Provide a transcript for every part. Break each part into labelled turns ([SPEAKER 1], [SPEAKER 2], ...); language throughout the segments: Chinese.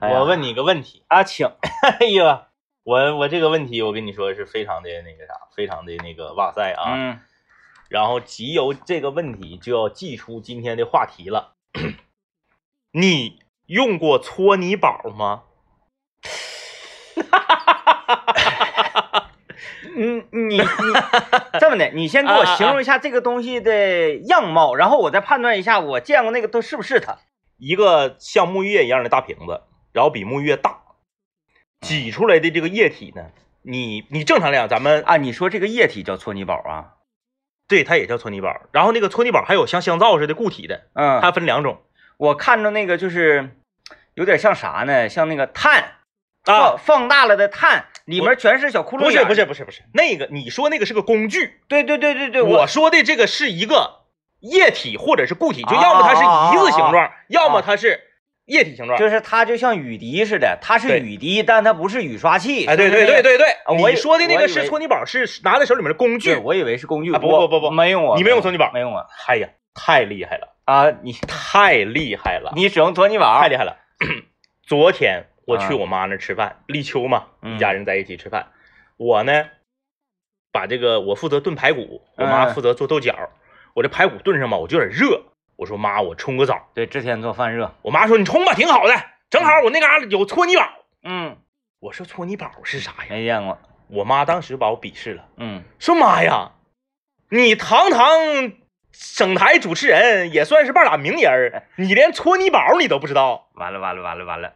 [SPEAKER 1] 哎呀
[SPEAKER 2] 我问你一个问题，
[SPEAKER 1] 啊，请
[SPEAKER 2] 哎
[SPEAKER 1] 啊
[SPEAKER 2] 呀，我我这个问题我跟你说是非常的那个啥，非常的那个哇塞啊！
[SPEAKER 1] 嗯，
[SPEAKER 2] 然后即由这个问题就要祭出今天的话题了。 你用过搓泥宝吗？
[SPEAKER 1] 嗯，你你这么的，你先给
[SPEAKER 2] 啊
[SPEAKER 1] 我形容一下这个东西的样貌，然后我再判断一下我见过那个都是不是它。
[SPEAKER 2] 一个像沐浴液一样的大瓶子，然后比沐浴液大，挤出来的这个液体呢，你你正常来讲，咱们
[SPEAKER 1] 啊，你说这个液体叫搓泥宝啊？
[SPEAKER 2] 对它也叫搓泥宝，然后那个搓泥宝还有像香皂似的固体的，它
[SPEAKER 1] 嗯，
[SPEAKER 2] 分两种
[SPEAKER 1] 我看着那个就是有点像啥呢？像那个碳
[SPEAKER 2] 啊
[SPEAKER 1] 放。放大了的碳，里
[SPEAKER 2] 我
[SPEAKER 1] 面全哦是小窟窿
[SPEAKER 2] 不是
[SPEAKER 1] 眼
[SPEAKER 2] 不，是不是不是，那个你说那个是个工具，
[SPEAKER 1] 对对对对对，
[SPEAKER 2] 我说的这个是一个液体或者是固体，就要么它
[SPEAKER 1] 啊
[SPEAKER 2] 是一字形状，要
[SPEAKER 1] 啊
[SPEAKER 2] 么它是液体形状。
[SPEAKER 1] 就是它就像雨滴似的，它是
[SPEAKER 2] 对
[SPEAKER 1] 雨滴，但它不是雨刷器。
[SPEAKER 2] 哎，对
[SPEAKER 1] 是不是
[SPEAKER 2] 对对对对
[SPEAKER 1] 啊，我以
[SPEAKER 2] 你说的那
[SPEAKER 1] 我
[SPEAKER 2] 个
[SPEAKER 1] 以为
[SPEAKER 2] 是搓泥宝，是拿在手里面的工具
[SPEAKER 1] 对，。我以为是工具。
[SPEAKER 2] 啊不
[SPEAKER 1] 我
[SPEAKER 2] 不不不
[SPEAKER 1] 没用过，
[SPEAKER 2] 你没用搓泥宝
[SPEAKER 1] 没用过
[SPEAKER 2] 哎呀，太厉害了，
[SPEAKER 1] 啊！你
[SPEAKER 2] 太厉害了，
[SPEAKER 1] 你使用搓泥宝，
[SPEAKER 2] 太厉害了！昨天我
[SPEAKER 1] 啊
[SPEAKER 2] 去我妈那儿吃饭，立秋嘛，
[SPEAKER 1] 嗯
[SPEAKER 2] 一家人在一起吃饭，我呢把这个我负责炖排骨，我妈
[SPEAKER 1] 嗯
[SPEAKER 2] 负责做豆角。我这排骨炖上吧，我就有点热，我说妈，我冲个澡。
[SPEAKER 1] 对，之前做饭热。
[SPEAKER 2] 我妈说你冲吧，挺好的，正好我那嘎达有搓泥宝。
[SPEAKER 1] 嗯，
[SPEAKER 2] 我说搓泥宝是啥呀？
[SPEAKER 1] 没见过。
[SPEAKER 2] 我妈当时把我鄙视了，
[SPEAKER 1] 嗯，
[SPEAKER 2] 说妈呀，你堂堂省台主持人，也算是半拉名人 儿，你连搓泥宝你都不知道。
[SPEAKER 1] 完了完了完了完了。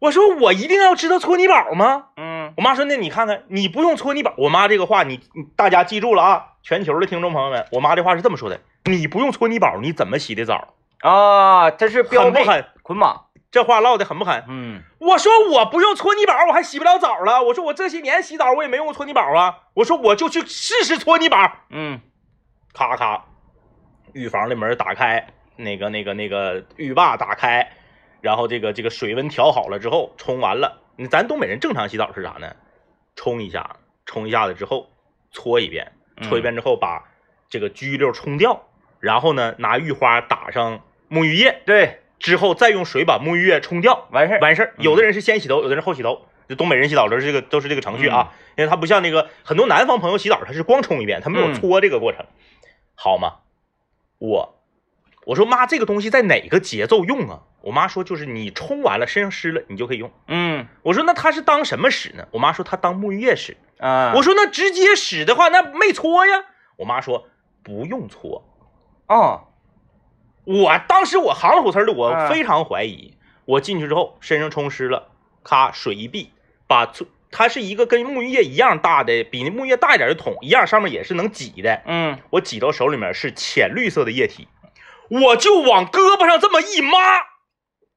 [SPEAKER 2] 我说我一定要知道搓泥宝吗？
[SPEAKER 1] 嗯，
[SPEAKER 2] 我妈说那你看看，你不用搓泥宝。我妈这个话你你大家记住了啊，全球的听众朋友们，我妈这话是这么说的：你不用搓泥宝，你怎么洗的澡？
[SPEAKER 1] 啊，这是标
[SPEAKER 2] 狠不
[SPEAKER 1] 配
[SPEAKER 2] 狠？
[SPEAKER 1] 捆绑。
[SPEAKER 2] 这话唠的狠不狠？
[SPEAKER 1] 嗯，
[SPEAKER 2] 我说我不用搓泥宝，我还洗不了澡了。我说我这些年洗澡我也没用过搓泥宝啊。我说我就去试试搓泥宝。
[SPEAKER 1] 嗯，
[SPEAKER 2] 咔咔，浴房的门打开，那个那个那个浴霸打开，然后这个这个水温调好了之后冲完了。你咱东北人正常洗澡是啥呢？冲一下，冲一下子之后搓一遍，搓一遍之后把这个焗溜冲掉，然后呢拿浴花打上沐浴液，
[SPEAKER 1] 对，
[SPEAKER 2] 之后再用水把沐浴液冲掉。
[SPEAKER 1] 完事儿。
[SPEAKER 2] 完事儿。
[SPEAKER 1] 嗯
[SPEAKER 2] 有的人是先洗头，有的人后洗头。就东北人洗澡都是这个都是这个程序
[SPEAKER 1] 嗯
[SPEAKER 2] 啊，因为他不像那个很多南方朋友洗澡，他是光冲一遍，他没有
[SPEAKER 1] 嗯
[SPEAKER 2] 搓这个过程，好吗？我我说妈，这个东西在哪个节奏用啊？我妈说就是你冲完了，身上湿了，你就可以用。
[SPEAKER 1] 嗯
[SPEAKER 2] 我说那它是当什么使呢？我妈说它当沐浴液使。
[SPEAKER 1] 啊，
[SPEAKER 2] 我说那直接使的话，那没搓呀？我妈说不用搓。
[SPEAKER 1] 哦，
[SPEAKER 2] 我当时我行了虎刺儿的，
[SPEAKER 1] 嗯
[SPEAKER 2] 我非常怀疑。我进去之后，身上冲湿了，咔，水一避，把搓它是一个跟沐浴液一样大的，比那沐浴液大一点的桶一样，上面也是能挤的。
[SPEAKER 1] 嗯，
[SPEAKER 2] 我挤到手里面是浅绿色的液体，我就往胳膊上这么一抹，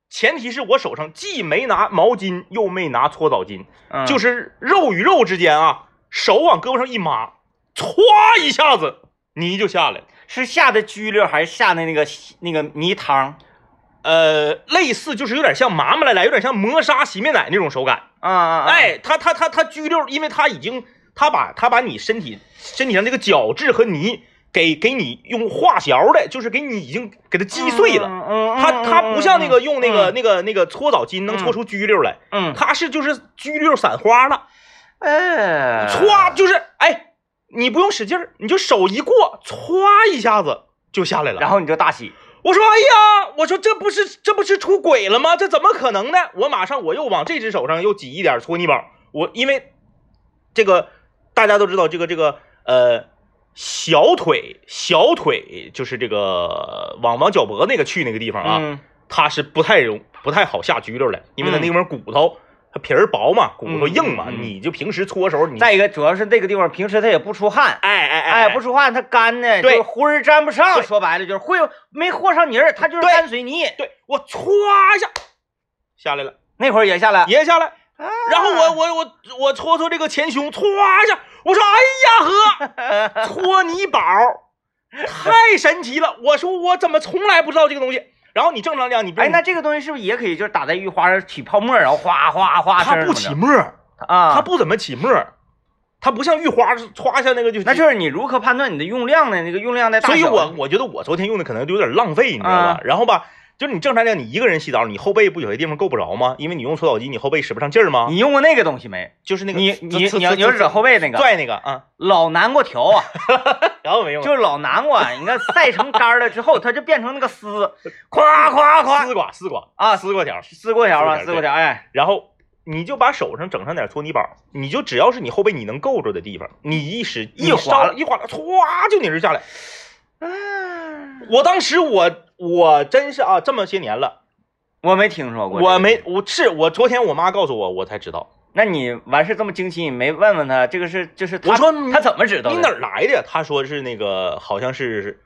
[SPEAKER 2] 前提是我手上既没拿毛巾，又没拿搓澡巾，
[SPEAKER 1] 嗯
[SPEAKER 2] 就是肉与肉之间啊，手往胳膊上一抹，歘一下子泥就下来了。
[SPEAKER 1] 是下的焗溜还是下的那个那个泥汤
[SPEAKER 2] 呃，类似就是有点像麻麻赖赖，有点像磨砂洗面奶那种手感。
[SPEAKER 1] 啊啊？啊，
[SPEAKER 2] 哎，它它它它拘溜，因为它已经它把它把你身体身体上这个角质和泥给给你用化嚼的，就是给你已经给它击碎了。
[SPEAKER 1] 嗯。嗯嗯
[SPEAKER 2] 它它不像那个
[SPEAKER 1] 嗯
[SPEAKER 2] 用那个那个那个搓澡巾能搓出拘溜来，
[SPEAKER 1] 嗯，
[SPEAKER 2] 它是就是拘溜散花了，
[SPEAKER 1] 哎，
[SPEAKER 2] 歘就是哎，你不用使劲儿，你就手一过，歘一下子就下来了。
[SPEAKER 1] 然后你就大喜。
[SPEAKER 2] 我说，哎呀，我说这不是这不是出轨了吗？这怎么可能呢？我马上我又往这只手上又挤一点搓泥宝。我因为这个大家都知道，这个这个呃小腿小腿就是这个往往脚脖那个去那个地方啊，
[SPEAKER 1] 嗯
[SPEAKER 2] 它是不太容不太好下局溜来，因为它
[SPEAKER 1] 嗯
[SPEAKER 2] 那边骨头它皮儿薄嘛，骨头硬嘛，
[SPEAKER 1] 嗯嗯嗯
[SPEAKER 2] 你就平时搓的时候你
[SPEAKER 1] 再一个，主要是这个地方平时它也不出汗，
[SPEAKER 2] 哎哎
[SPEAKER 1] 哎，不
[SPEAKER 2] 是
[SPEAKER 1] 出汗它干呢，
[SPEAKER 2] 对
[SPEAKER 1] 就是灰儿沾不上。
[SPEAKER 2] 对
[SPEAKER 1] 说白了就是灰没和上泥儿，它就是
[SPEAKER 2] 对
[SPEAKER 1] 干水泥。
[SPEAKER 2] 对我歘一下下来了，
[SPEAKER 1] 那会儿也 下来，
[SPEAKER 2] 也下来。
[SPEAKER 1] 啊
[SPEAKER 2] 然后我我我我搓搓这个前胸，歘一下，我说哎呀呵，搓泥宝太神奇了！我说我怎么从来不知道这个东西？然后你正常讲，你不
[SPEAKER 1] 哎，那这个东西是不是也可以就是打在浴花上起泡沫，然后哗哗哗声
[SPEAKER 2] 它
[SPEAKER 1] 儿
[SPEAKER 2] 不
[SPEAKER 1] 什
[SPEAKER 2] 起
[SPEAKER 1] 么的
[SPEAKER 2] 沫，
[SPEAKER 1] 啊？
[SPEAKER 2] 它不怎么起沫，它不像浴花歘一下那个就
[SPEAKER 1] 那就是你如何判断你的用量呢？那个用量的大
[SPEAKER 2] 所以
[SPEAKER 1] 小
[SPEAKER 2] 我我觉得我昨天用的可能有点浪费，你知道吧？
[SPEAKER 1] 啊
[SPEAKER 2] 然后吧，就是你正常讲，你一个人洗澡，你后背不有些地方够不着吗？因为你用搓澡机，你后背使不上劲儿吗？
[SPEAKER 1] 你用过那个东西没？
[SPEAKER 2] 就是那个
[SPEAKER 1] 你
[SPEAKER 2] 呲
[SPEAKER 1] 你
[SPEAKER 2] 呲
[SPEAKER 1] 你要
[SPEAKER 2] 呲
[SPEAKER 1] 你要
[SPEAKER 2] 呲
[SPEAKER 1] 是整后背那个，
[SPEAKER 2] 拽那个啊，
[SPEAKER 1] 老南瓜条啊，
[SPEAKER 2] 然后没用了，
[SPEAKER 1] 就是老南瓜，你看晒成干儿了之后，它就变成那个丝，夸夸夸
[SPEAKER 2] 丝瓜丝瓜
[SPEAKER 1] 啊，
[SPEAKER 2] 丝瓜条儿，
[SPEAKER 1] 丝瓜条啊，
[SPEAKER 2] 丝瓜条
[SPEAKER 1] 丝瓜条，哎，
[SPEAKER 2] 然后你就把手上整上点搓泥宝，你就只要是你后背你能够着的地方，你一使
[SPEAKER 1] 一划拉
[SPEAKER 2] 一划拉，歘就拧着下来。
[SPEAKER 1] 啊
[SPEAKER 2] 我当时我我真是啊，这么些年了，
[SPEAKER 1] 我没听说过，
[SPEAKER 2] 我没。我是我昨天我妈告诉我我才知道，
[SPEAKER 1] 那你完事这么惊奇，你没问问他这个是就是他
[SPEAKER 2] 我说你
[SPEAKER 1] 他怎么知道的？
[SPEAKER 2] 你哪儿来的？她说是那个好像是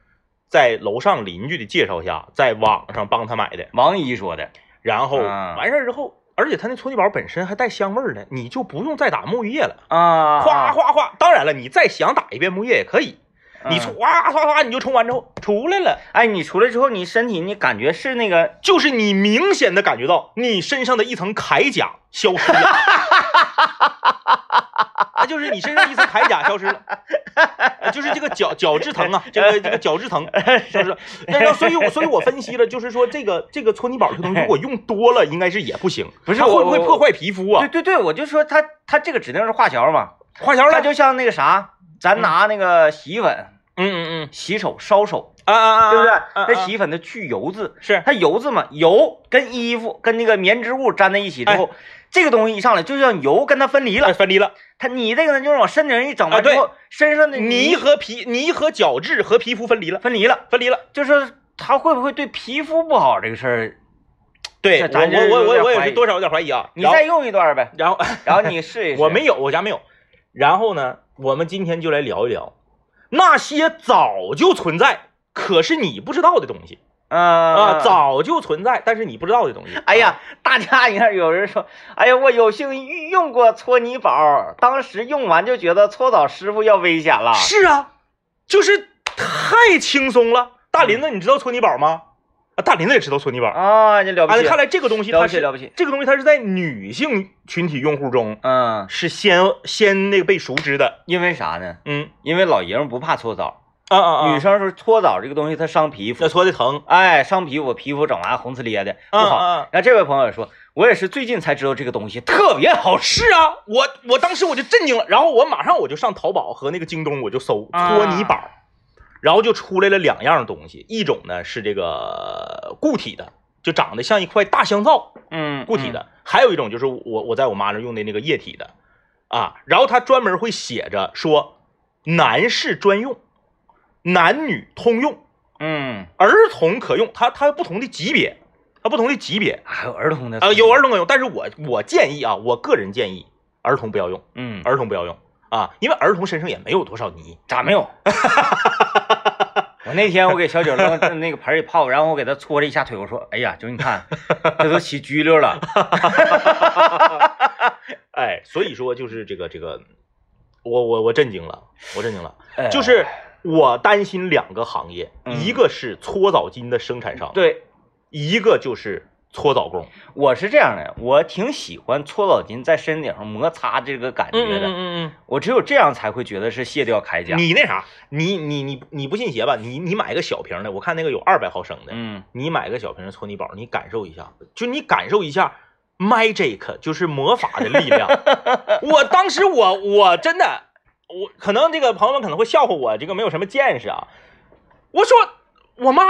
[SPEAKER 2] 在楼上邻居的介绍下，在网上帮她买的，
[SPEAKER 1] 王姨说的，
[SPEAKER 2] 然后
[SPEAKER 1] 啊
[SPEAKER 2] 完事儿之后，而且她那搓泥宝本身还带香味儿呢，你就不用再打沐浴液了。
[SPEAKER 1] 啊，
[SPEAKER 2] 哗
[SPEAKER 1] 啊，
[SPEAKER 2] 哗哗！当然了，你再想打一遍木叶也可以，你
[SPEAKER 1] 嗯
[SPEAKER 2] 哗哗哗你就冲完之后出来了，
[SPEAKER 1] 哎，你出来之后，你身体你感觉是那个
[SPEAKER 2] 就是你明显的感觉到你身上的一层铠甲消失了， 啊，就是你身上一层铠甲消失了，啊就是这个角角质层 啊，这个这个角质层消失了。那那所以我所以我分析了，就是说这个这个搓泥宝这东西，如果用多了，应该是也不行，
[SPEAKER 1] 不是
[SPEAKER 2] 它会
[SPEAKER 1] 我
[SPEAKER 2] 不会
[SPEAKER 1] 我
[SPEAKER 2] 破坏皮肤
[SPEAKER 1] 对
[SPEAKER 2] 啊？
[SPEAKER 1] 对对，我就说他他这个指定是画条嘛，
[SPEAKER 2] 画条
[SPEAKER 1] 它
[SPEAKER 2] 了，
[SPEAKER 1] 就像那个啥，咱拿那个洗衣粉
[SPEAKER 2] 嗯嗯嗯
[SPEAKER 1] 洗手烧手，
[SPEAKER 2] 啊啊啊，
[SPEAKER 1] 对不对？那
[SPEAKER 2] 那
[SPEAKER 1] 洗衣粉它去油渍，
[SPEAKER 2] 是
[SPEAKER 1] 它油渍嘛，油跟衣服跟那个棉织物粘在一起之后，这个东西一上来就像油跟它分离
[SPEAKER 2] 哎
[SPEAKER 1] 了。
[SPEAKER 2] 分离了。
[SPEAKER 1] 它你这个呢，就是往身体上一整
[SPEAKER 2] 啊
[SPEAKER 1] 完之
[SPEAKER 2] 对
[SPEAKER 1] 后，身上的
[SPEAKER 2] 泥
[SPEAKER 1] 泥
[SPEAKER 2] 和皮，泥和角质和皮肤分离了，
[SPEAKER 1] 分离了，
[SPEAKER 2] 分离了。
[SPEAKER 1] 就是它会不会对皮肤不好这个事儿？
[SPEAKER 2] 对
[SPEAKER 1] 这
[SPEAKER 2] 我
[SPEAKER 1] 咱这
[SPEAKER 2] 我我
[SPEAKER 1] 有点
[SPEAKER 2] 我我也
[SPEAKER 1] 怀
[SPEAKER 2] 是
[SPEAKER 1] 疑
[SPEAKER 2] 多少有点怀疑哎啊。
[SPEAKER 1] 你
[SPEAKER 2] 然后
[SPEAKER 1] 再用一 段呗，
[SPEAKER 2] 然后
[SPEAKER 1] 然后你试一试。
[SPEAKER 2] 我没有，我家没有。然后呢，我们今天就来聊一聊那些早就存在，可是你不知道的东西
[SPEAKER 1] 啊
[SPEAKER 2] 啊，早就存在，但是你不知道的东西。
[SPEAKER 1] 哎呀，大家你看，有人说，哎呀，我有幸用过搓泥宝，当时用完就觉得搓澡师傅要危险了
[SPEAKER 2] 啊，。是啊，就是太轻松了。大林子，你知道搓泥宝吗？啊，大林子也知道搓泥宝。
[SPEAKER 1] 啊，这了
[SPEAKER 2] 嗯
[SPEAKER 1] 不
[SPEAKER 2] 啊，
[SPEAKER 1] 起，
[SPEAKER 2] 那看来这个东西
[SPEAKER 1] 了
[SPEAKER 2] 它
[SPEAKER 1] 不起，
[SPEAKER 2] 是
[SPEAKER 1] 了不起。
[SPEAKER 2] 这个东西它是在女性群体用户中
[SPEAKER 1] 嗯，
[SPEAKER 2] 是先先那个被熟知的。
[SPEAKER 1] 因为啥呢？
[SPEAKER 2] 嗯
[SPEAKER 1] 因为老爷们不怕搓澡，
[SPEAKER 2] 啊啊啊！
[SPEAKER 1] 女生是搓澡这个东西它伤皮肤
[SPEAKER 2] 那，搓的疼，
[SPEAKER 1] 哎，伤皮肤，皮肤整完红呲咧的不好。
[SPEAKER 2] 啊啊
[SPEAKER 1] 然后这位朋友也说，我也是最近才知道这个东西特别好使，
[SPEAKER 2] 是啊，我我当时我就震惊了，然后我马上我就上淘宝和那个京东我就搜
[SPEAKER 1] 啊
[SPEAKER 2] 搓泥宝，然后就出来了两样东西，一种呢是这个固体的，就长得像一块大香皂，
[SPEAKER 1] 嗯，
[SPEAKER 2] 固体的，还有一种就是我我在我妈那用的那个液体的，啊，然后它专门会写着说男士专用，男女通用，
[SPEAKER 1] 嗯，嗯，
[SPEAKER 2] 儿童可用，它它不同的级别，它不同的级别。
[SPEAKER 1] 还有儿童的
[SPEAKER 2] 啊、有儿童可用，但是我我建议啊，我个人建议儿童不要用，
[SPEAKER 1] 嗯，
[SPEAKER 2] 儿童不要用啊，因为儿童身上也没有多少泥。
[SPEAKER 1] 咋 没有？我那天我给小九扔 那个盆里泡，然后我给他搓了一下腿，我说：“哎呀，九 你看，这都起拘溜了。
[SPEAKER 2] 哎，所以说就是这个这个，我我我震惊了，我震惊了，
[SPEAKER 1] 哎
[SPEAKER 2] 就是我担心两个行业，
[SPEAKER 1] 嗯
[SPEAKER 2] 一个是搓澡巾的生产商，，
[SPEAKER 1] 对，
[SPEAKER 2] 一个就是搓澡工。
[SPEAKER 1] 我是这样的，我挺喜欢搓澡巾在身顶上摩擦这个感觉的，
[SPEAKER 2] 嗯
[SPEAKER 1] 我只有这样才会觉得是卸掉铠甲。
[SPEAKER 2] 你那啥，你你你你不信邪吧？你你买个小瓶的，我看那个有二百毫升的，
[SPEAKER 1] 嗯
[SPEAKER 2] 你买个小瓶的搓泥宝，你感受一下，就你感受一下 magic，就是魔法的力量。我当时我我真的，我可能这个朋友们可能会笑话我这个没有什么见识啊。我说我妈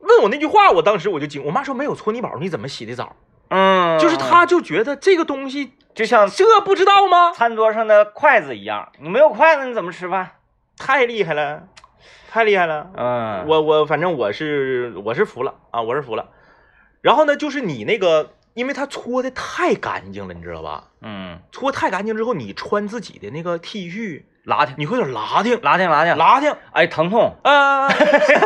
[SPEAKER 2] 问我那句话，我当时我就惊，我妈说没有搓泥宝你怎么洗的澡？
[SPEAKER 1] 嗯，
[SPEAKER 2] 就是她就觉得这个东西
[SPEAKER 1] 就像
[SPEAKER 2] 这不知道吗？
[SPEAKER 1] 餐桌上的筷子一样，你没有筷子你怎么吃饭？
[SPEAKER 2] 太厉害了，太厉害了。
[SPEAKER 1] 嗯，
[SPEAKER 2] 我我反正我是我是服了啊，我是服了。然后呢，就是你那个，因为它搓的太干净了，你知道吧？
[SPEAKER 1] 嗯，
[SPEAKER 2] 搓太干净之后，你穿自己的那个 T 恤，
[SPEAKER 1] 拉挺
[SPEAKER 2] 你会有点拉挺，
[SPEAKER 1] 拉挺拉挺，
[SPEAKER 2] 拉挺。
[SPEAKER 1] 哎，疼痛，
[SPEAKER 2] 啊，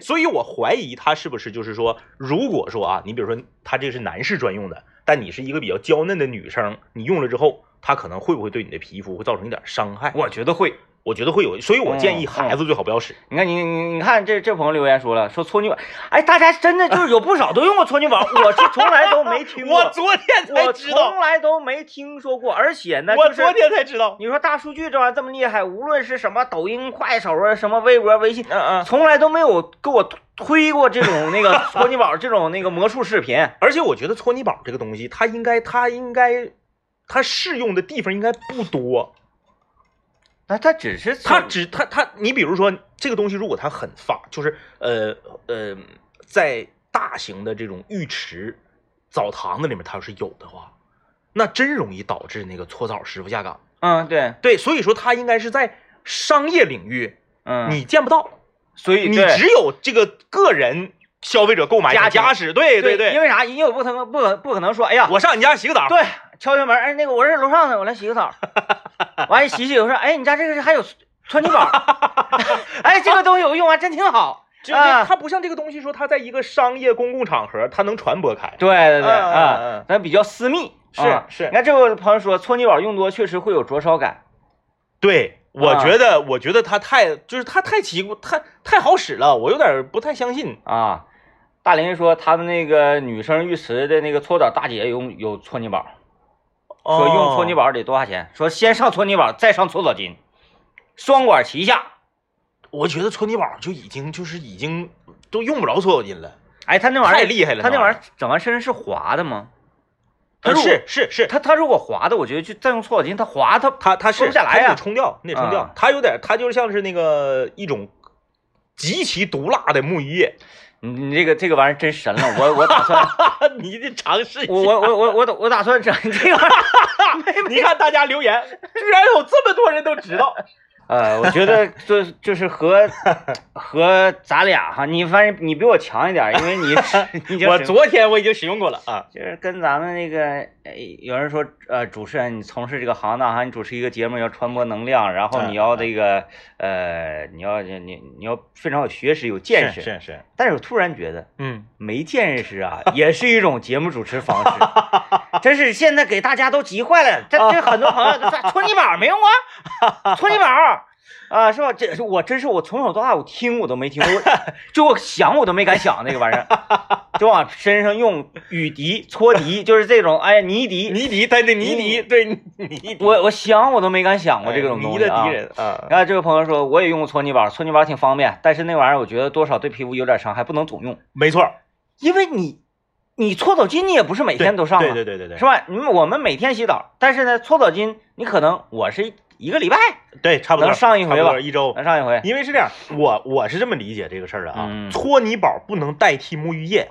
[SPEAKER 2] 所以我怀疑他是不是就是说，如果说啊，你比如说他这是男士专用的，但你是一个比较娇嫩的女生，你用了之后，它可能会不会对你的皮肤会造成一点伤害？
[SPEAKER 1] 我觉得会。嗯
[SPEAKER 2] 我觉得会有，所以我建议孩子最好不要使。
[SPEAKER 1] 你看你你你看这这朋友留言说了，说搓泥宝，哎，大家真的就是有不少都用过搓泥宝，我是从来都没听过，
[SPEAKER 2] 昨天
[SPEAKER 1] 我从，来都没听说过，而且呢，
[SPEAKER 2] 我
[SPEAKER 1] 就是
[SPEAKER 2] 昨天才知道。
[SPEAKER 1] 你说大数据这玩意儿这么厉害，无论是什么抖音、快手啊，什么微博、微信，
[SPEAKER 2] 嗯嗯，
[SPEAKER 1] 从来都没有给我推过这种那 个搓泥宝这种那个魔术视频。
[SPEAKER 2] 而且我觉得搓泥宝这个东西，它应该它应该它适用的地方应该不多，
[SPEAKER 1] 那它只是
[SPEAKER 2] 它只它它你比如说这个东西，如果它很发，就是呃呃，在大型的这种浴池、澡堂子里面，它要是有的话，那真容易导致那个搓澡师傅下岗。
[SPEAKER 1] 嗯对
[SPEAKER 2] 对，所以说它应该是在商业领域
[SPEAKER 1] 嗯
[SPEAKER 2] 你见不到，
[SPEAKER 1] 所以
[SPEAKER 2] 你
[SPEAKER 1] 对
[SPEAKER 2] 只有这个个人消费者购买家
[SPEAKER 1] 家庭
[SPEAKER 2] 家使，对
[SPEAKER 1] 对
[SPEAKER 2] 对，
[SPEAKER 1] 因为啥？因为我不可能不可不可能说哎呀
[SPEAKER 2] 我上你家洗个澡，
[SPEAKER 1] 对，敲敲门，哎，那个我是楼上的，我来洗个澡。完一洗洗，我说，哎，你家这个是还有搓泥宝儿， 哎，这个东西我用完真挺好。
[SPEAKER 2] 只有
[SPEAKER 1] 啊
[SPEAKER 2] 这它不像这个东西说它在一个商业公共场合它能传播开，
[SPEAKER 1] 对对对，
[SPEAKER 2] 嗯
[SPEAKER 1] 啊
[SPEAKER 2] 嗯嗯，
[SPEAKER 1] 那比较私密。
[SPEAKER 2] 是
[SPEAKER 1] 啊
[SPEAKER 2] 是
[SPEAKER 1] 你看这位朋友说，搓泥宝用多确实会有灼烧感。
[SPEAKER 2] 对。我
[SPEAKER 1] 啊
[SPEAKER 2] 觉得，我觉得它太就是它太奇怪，太太好使了，我有点不太相信。
[SPEAKER 1] 啊，大林说他们那个女生浴池的那个搓澡大姐有有搓泥宝，
[SPEAKER 2] 哦
[SPEAKER 1] 说用搓泥
[SPEAKER 2] 宝，
[SPEAKER 1] 宝得多少钱？说先上搓泥宝，再上搓澡巾，双管齐下。
[SPEAKER 2] 我觉得搓泥宝就已经就是已经都用不着搓澡巾了，
[SPEAKER 1] 哎，他那玩意儿
[SPEAKER 2] 太厉害了。
[SPEAKER 1] 他那玩意
[SPEAKER 2] 意
[SPEAKER 1] 儿整完身是滑的吗？他
[SPEAKER 2] 儿，
[SPEAKER 1] 如果
[SPEAKER 2] 是是是，
[SPEAKER 1] 他他如果滑的，我觉得就再用搓澡巾，他滑他
[SPEAKER 2] 它它是
[SPEAKER 1] 冲不下来
[SPEAKER 2] 它
[SPEAKER 1] 呀
[SPEAKER 2] 得冲掉，你得冲掉
[SPEAKER 1] 啊。
[SPEAKER 2] 它有点，它就像是那个一种极其毒辣的沐浴液，
[SPEAKER 1] 你你这个这个玩意儿真神了，我我打算
[SPEAKER 2] 你得尝试一
[SPEAKER 1] 我
[SPEAKER 2] 下。
[SPEAKER 1] 我我我我打我打算整这个玩意 儿。
[SPEAKER 2] 你看大家留言，居然有这么多人都知道。
[SPEAKER 1] 呃，我觉得就就是和和咱俩哈，你反正你比我强一点，因为 你你已经
[SPEAKER 2] 我
[SPEAKER 1] 是
[SPEAKER 2] 昨天我已经使用过了啊。
[SPEAKER 1] 就是跟咱们那个呃有人说呃主持人你从事这个行当哈，你主持一个节目要传播能量，然后
[SPEAKER 2] 嗯
[SPEAKER 1] 你要这个呃你要你你你要非常有学识有见识，
[SPEAKER 2] 是是，
[SPEAKER 1] 但是我突然觉得。
[SPEAKER 2] 嗯，
[SPEAKER 1] 没见识啊，也是一种节目主持方式。真是现在给大家都急坏了，这这很多朋友都说搓泥宝没用过，搓泥宝啊，是吧？这我真是我从小到大我听我都没听过，就我想我都没敢想那个玩意儿，就往身上用雨滴搓泥，就是这种哎泥笛，
[SPEAKER 2] 尼迪，他的尼迪，对尼迪，
[SPEAKER 1] 我我想我都没敢想过这种东
[SPEAKER 2] 尼
[SPEAKER 1] 西
[SPEAKER 2] 的
[SPEAKER 1] 啊
[SPEAKER 2] 哎敌。人啊。
[SPEAKER 1] 然后这位朋友说，我也用过搓泥宝，搓泥宝挺方便，但是那玩意儿我觉得多少对皮肤有点伤害，不能总用。
[SPEAKER 2] 没错，
[SPEAKER 1] 因为你你搓澡巾你也不是每天都上啊，
[SPEAKER 2] 对对对对对，
[SPEAKER 1] 是吧？你们我们每天洗澡，但是呢，搓澡巾你可能我是一个礼拜
[SPEAKER 2] 对，差不多
[SPEAKER 1] 能上一回吧
[SPEAKER 2] 差不多一嗯周。
[SPEAKER 1] 能上一回，
[SPEAKER 2] 因为是这样，我我是这么理解这个事儿啊
[SPEAKER 1] 嗯，
[SPEAKER 2] 搓泥宝不能代替沐浴液，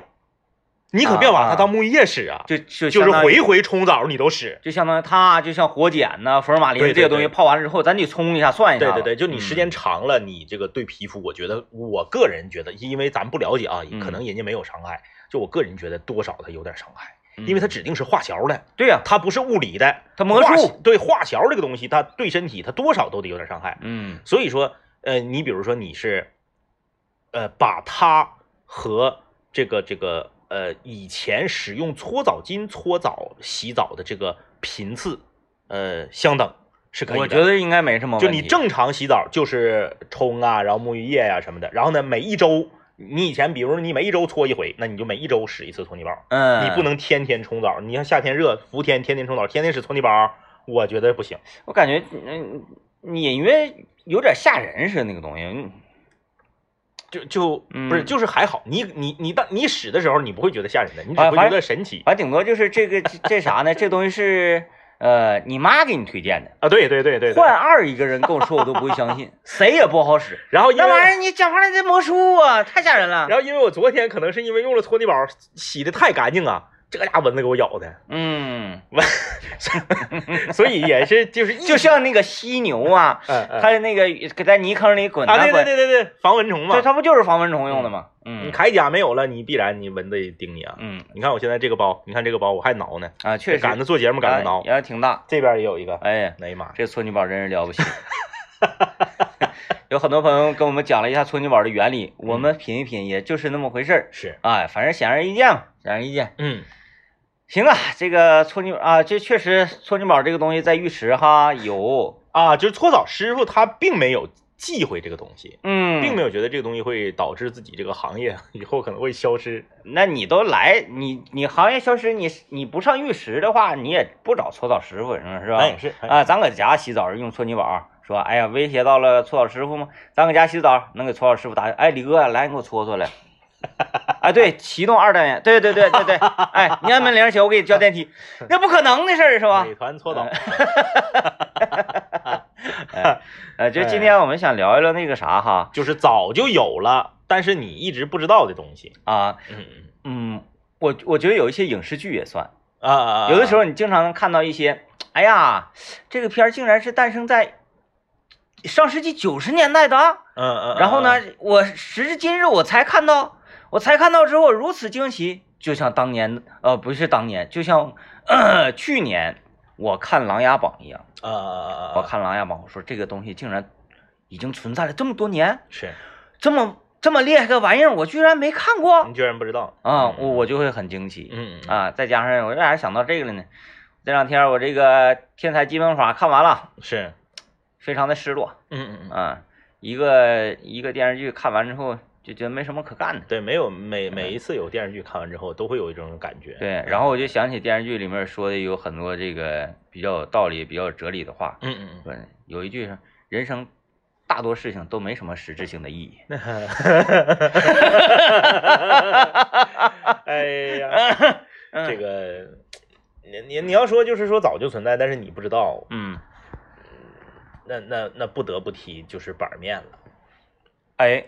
[SPEAKER 2] 你可别把它当沐浴液使啊，
[SPEAKER 1] 就就
[SPEAKER 2] 就是
[SPEAKER 1] 相当于
[SPEAKER 2] 回回冲澡你都使。
[SPEAKER 1] 就相当于它就像火碱呐、福尔马林
[SPEAKER 2] 对对
[SPEAKER 1] 这些东西
[SPEAKER 2] 对
[SPEAKER 1] 泡完了之后，咱得冲一下算一下嗯
[SPEAKER 2] 对
[SPEAKER 1] 吧，
[SPEAKER 2] 对对，就你时间长了，你这个对皮肤，我觉得我个人觉得，因为咱不了解啊，
[SPEAKER 1] 嗯
[SPEAKER 2] 可能人家没有伤害，就我个人觉得多少它有点伤害，
[SPEAKER 1] 嗯，
[SPEAKER 2] 因为它指定是化学的，
[SPEAKER 1] 对呀、
[SPEAKER 2] 它不是物理的，
[SPEAKER 1] 它魔
[SPEAKER 2] 化
[SPEAKER 1] 术，
[SPEAKER 2] 对化学这个东西，它对身体它多少都得有点伤害。
[SPEAKER 1] 嗯
[SPEAKER 2] 所以说，呃，你比如说你是，呃，把它和这个这个呃以前使用搓澡巾搓澡洗澡的这个频次，呃，相等是可以的。
[SPEAKER 1] 我觉得应该没什么问
[SPEAKER 2] 就
[SPEAKER 1] 题，
[SPEAKER 2] 你正常洗澡就是冲啊，然后沐浴液呀、什么的，然后呢，每一周你以前比如你每一周搓一回，那你就每一周使一次搓泥宝，
[SPEAKER 1] 嗯，
[SPEAKER 2] 你不，能天天冲澡。你像夏天热，伏天天天冲澡，天天使搓泥宝，我觉得不行。
[SPEAKER 1] 我感觉嗯，你隐约有点吓人似的那个东西，嗯
[SPEAKER 2] 就就
[SPEAKER 1] 嗯
[SPEAKER 2] 不是就是还好，你你你当你使的时候，你不会觉得吓人的，你只
[SPEAKER 1] 啊
[SPEAKER 2] 会
[SPEAKER 1] 反
[SPEAKER 2] 觉
[SPEAKER 1] 正
[SPEAKER 2] 得神奇
[SPEAKER 1] 反正顶多就是这个这这啥呢？这东西是呃你妈给你推荐的。
[SPEAKER 2] 啊！对对对对对。
[SPEAKER 1] 换二一个人跟我说，我都不会 相信，谁也不好使。
[SPEAKER 2] 然后因
[SPEAKER 1] 那玩
[SPEAKER 2] 为
[SPEAKER 1] 意儿你讲话那魔术啊，太吓人了。
[SPEAKER 2] 然后因为我昨天可能是因为用了搓泥宝洗的太干净啊，这家伙蚊子给我咬的，
[SPEAKER 1] 嗯，
[SPEAKER 2] 所以也 是就是一
[SPEAKER 1] 就像那个犀牛啊，
[SPEAKER 2] 嗯嗯
[SPEAKER 1] 它那个给在泥坑里滚
[SPEAKER 2] 啊对对
[SPEAKER 1] 滚，
[SPEAKER 2] 对对对防蚊虫嘛
[SPEAKER 1] 对，，它不就是防蚊虫用的吗？嗯
[SPEAKER 2] 你铠甲没有了，你必然你蚊子也叮你啊。
[SPEAKER 1] 嗯
[SPEAKER 2] 你看我现在这个包，你看这个包我还挠呢，
[SPEAKER 1] 啊，确实哎
[SPEAKER 2] 赶着做节目赶着挠，
[SPEAKER 1] 也挺大。
[SPEAKER 2] 这边也有一个，
[SPEAKER 1] 哎呀，
[SPEAKER 2] 哎呀妈呀，
[SPEAKER 1] 这搓泥宝真是了 不起。有很多朋友跟我们讲了一下搓泥宝的原理，我们品一品，也就是那么回事儿。
[SPEAKER 2] 是，
[SPEAKER 1] 哎，反正显而易见嘛，显而易见。
[SPEAKER 2] 嗯，
[SPEAKER 1] 行啊，这个搓泥啊，这确实搓泥宝这个东西在浴池哈有，
[SPEAKER 2] 啊，就是搓澡师傅他并没有忌讳这个东西，
[SPEAKER 1] 嗯，
[SPEAKER 2] 并没有觉得这个东西会导致自己这个行业以后可能会消失。
[SPEAKER 1] 那你都来，你你行业消失，你你不上浴池的话，你也不找搓澡师傅，是吧？
[SPEAKER 2] 咱也是，哎
[SPEAKER 1] 啊，咱搁家洗澡用搓泥宝，说啊哎呀威胁到了搓澡师傅吗？咱搁家洗澡能给搓澡师傅打，哎李哥来你给我搓搓来，啊，对，启动二单元，对对对对对，哎，你按门铃，行，我给你叫电梯，那不可能的事儿是吧哎
[SPEAKER 2] 美？团搓澡，
[SPEAKER 1] 呃，就
[SPEAKER 2] 哎
[SPEAKER 1] 今天我们想聊一聊那个啥哈
[SPEAKER 2] 就是早就有了，但是你一直不知道的东西。
[SPEAKER 1] 啊，
[SPEAKER 2] 嗯
[SPEAKER 1] 嗯，我我觉得有一些影视剧也算，
[SPEAKER 2] 啊，
[SPEAKER 1] 有的时候你经常能看到一些，哎呀，这个片儿竟然是诞生在上世纪九十年代的啊，
[SPEAKER 2] 嗯，嗯嗯，
[SPEAKER 1] 然后呢，我时至今日我才看到，我才看到之后我如此惊奇，就像当年呃不是当年，就像、呃、去年我看《琅琊榜》一样，
[SPEAKER 2] 嗯，呃，
[SPEAKER 1] 我看《琅琊榜》，我说这个东西竟然已经存在了这么多年，
[SPEAKER 2] 是，
[SPEAKER 1] 这么这么厉害个玩意儿，我居然没看过
[SPEAKER 2] 你居然不知道
[SPEAKER 1] 啊，我我就会很惊奇。
[SPEAKER 2] 嗯嗯
[SPEAKER 1] 啊，再加上我为啥想到这个了呢？这两天我这个《天才基本法》看完了，
[SPEAKER 2] 是，
[SPEAKER 1] 非常的失落
[SPEAKER 2] 嗯嗯嗯，
[SPEAKER 1] 啊。一个一个电视剧看完之后，就觉得没什么可干的。
[SPEAKER 2] 对，没有每每一次有电视剧看完之后，都会有一种感觉。嗯
[SPEAKER 1] 对，然后我就想起电视剧里面说的有很多这个比较有道理、比较有哲理的话。
[SPEAKER 2] 嗯，嗯
[SPEAKER 1] 对，有一句是“人生大多事情都没什么实质性的意义
[SPEAKER 2] 嗯， 哎呀，”。
[SPEAKER 1] 嗯
[SPEAKER 2] 这个。你你你要说就是说早就存在，但是你不知道，
[SPEAKER 1] 嗯，
[SPEAKER 2] 那那那不得不提就是板面了。
[SPEAKER 1] 哎，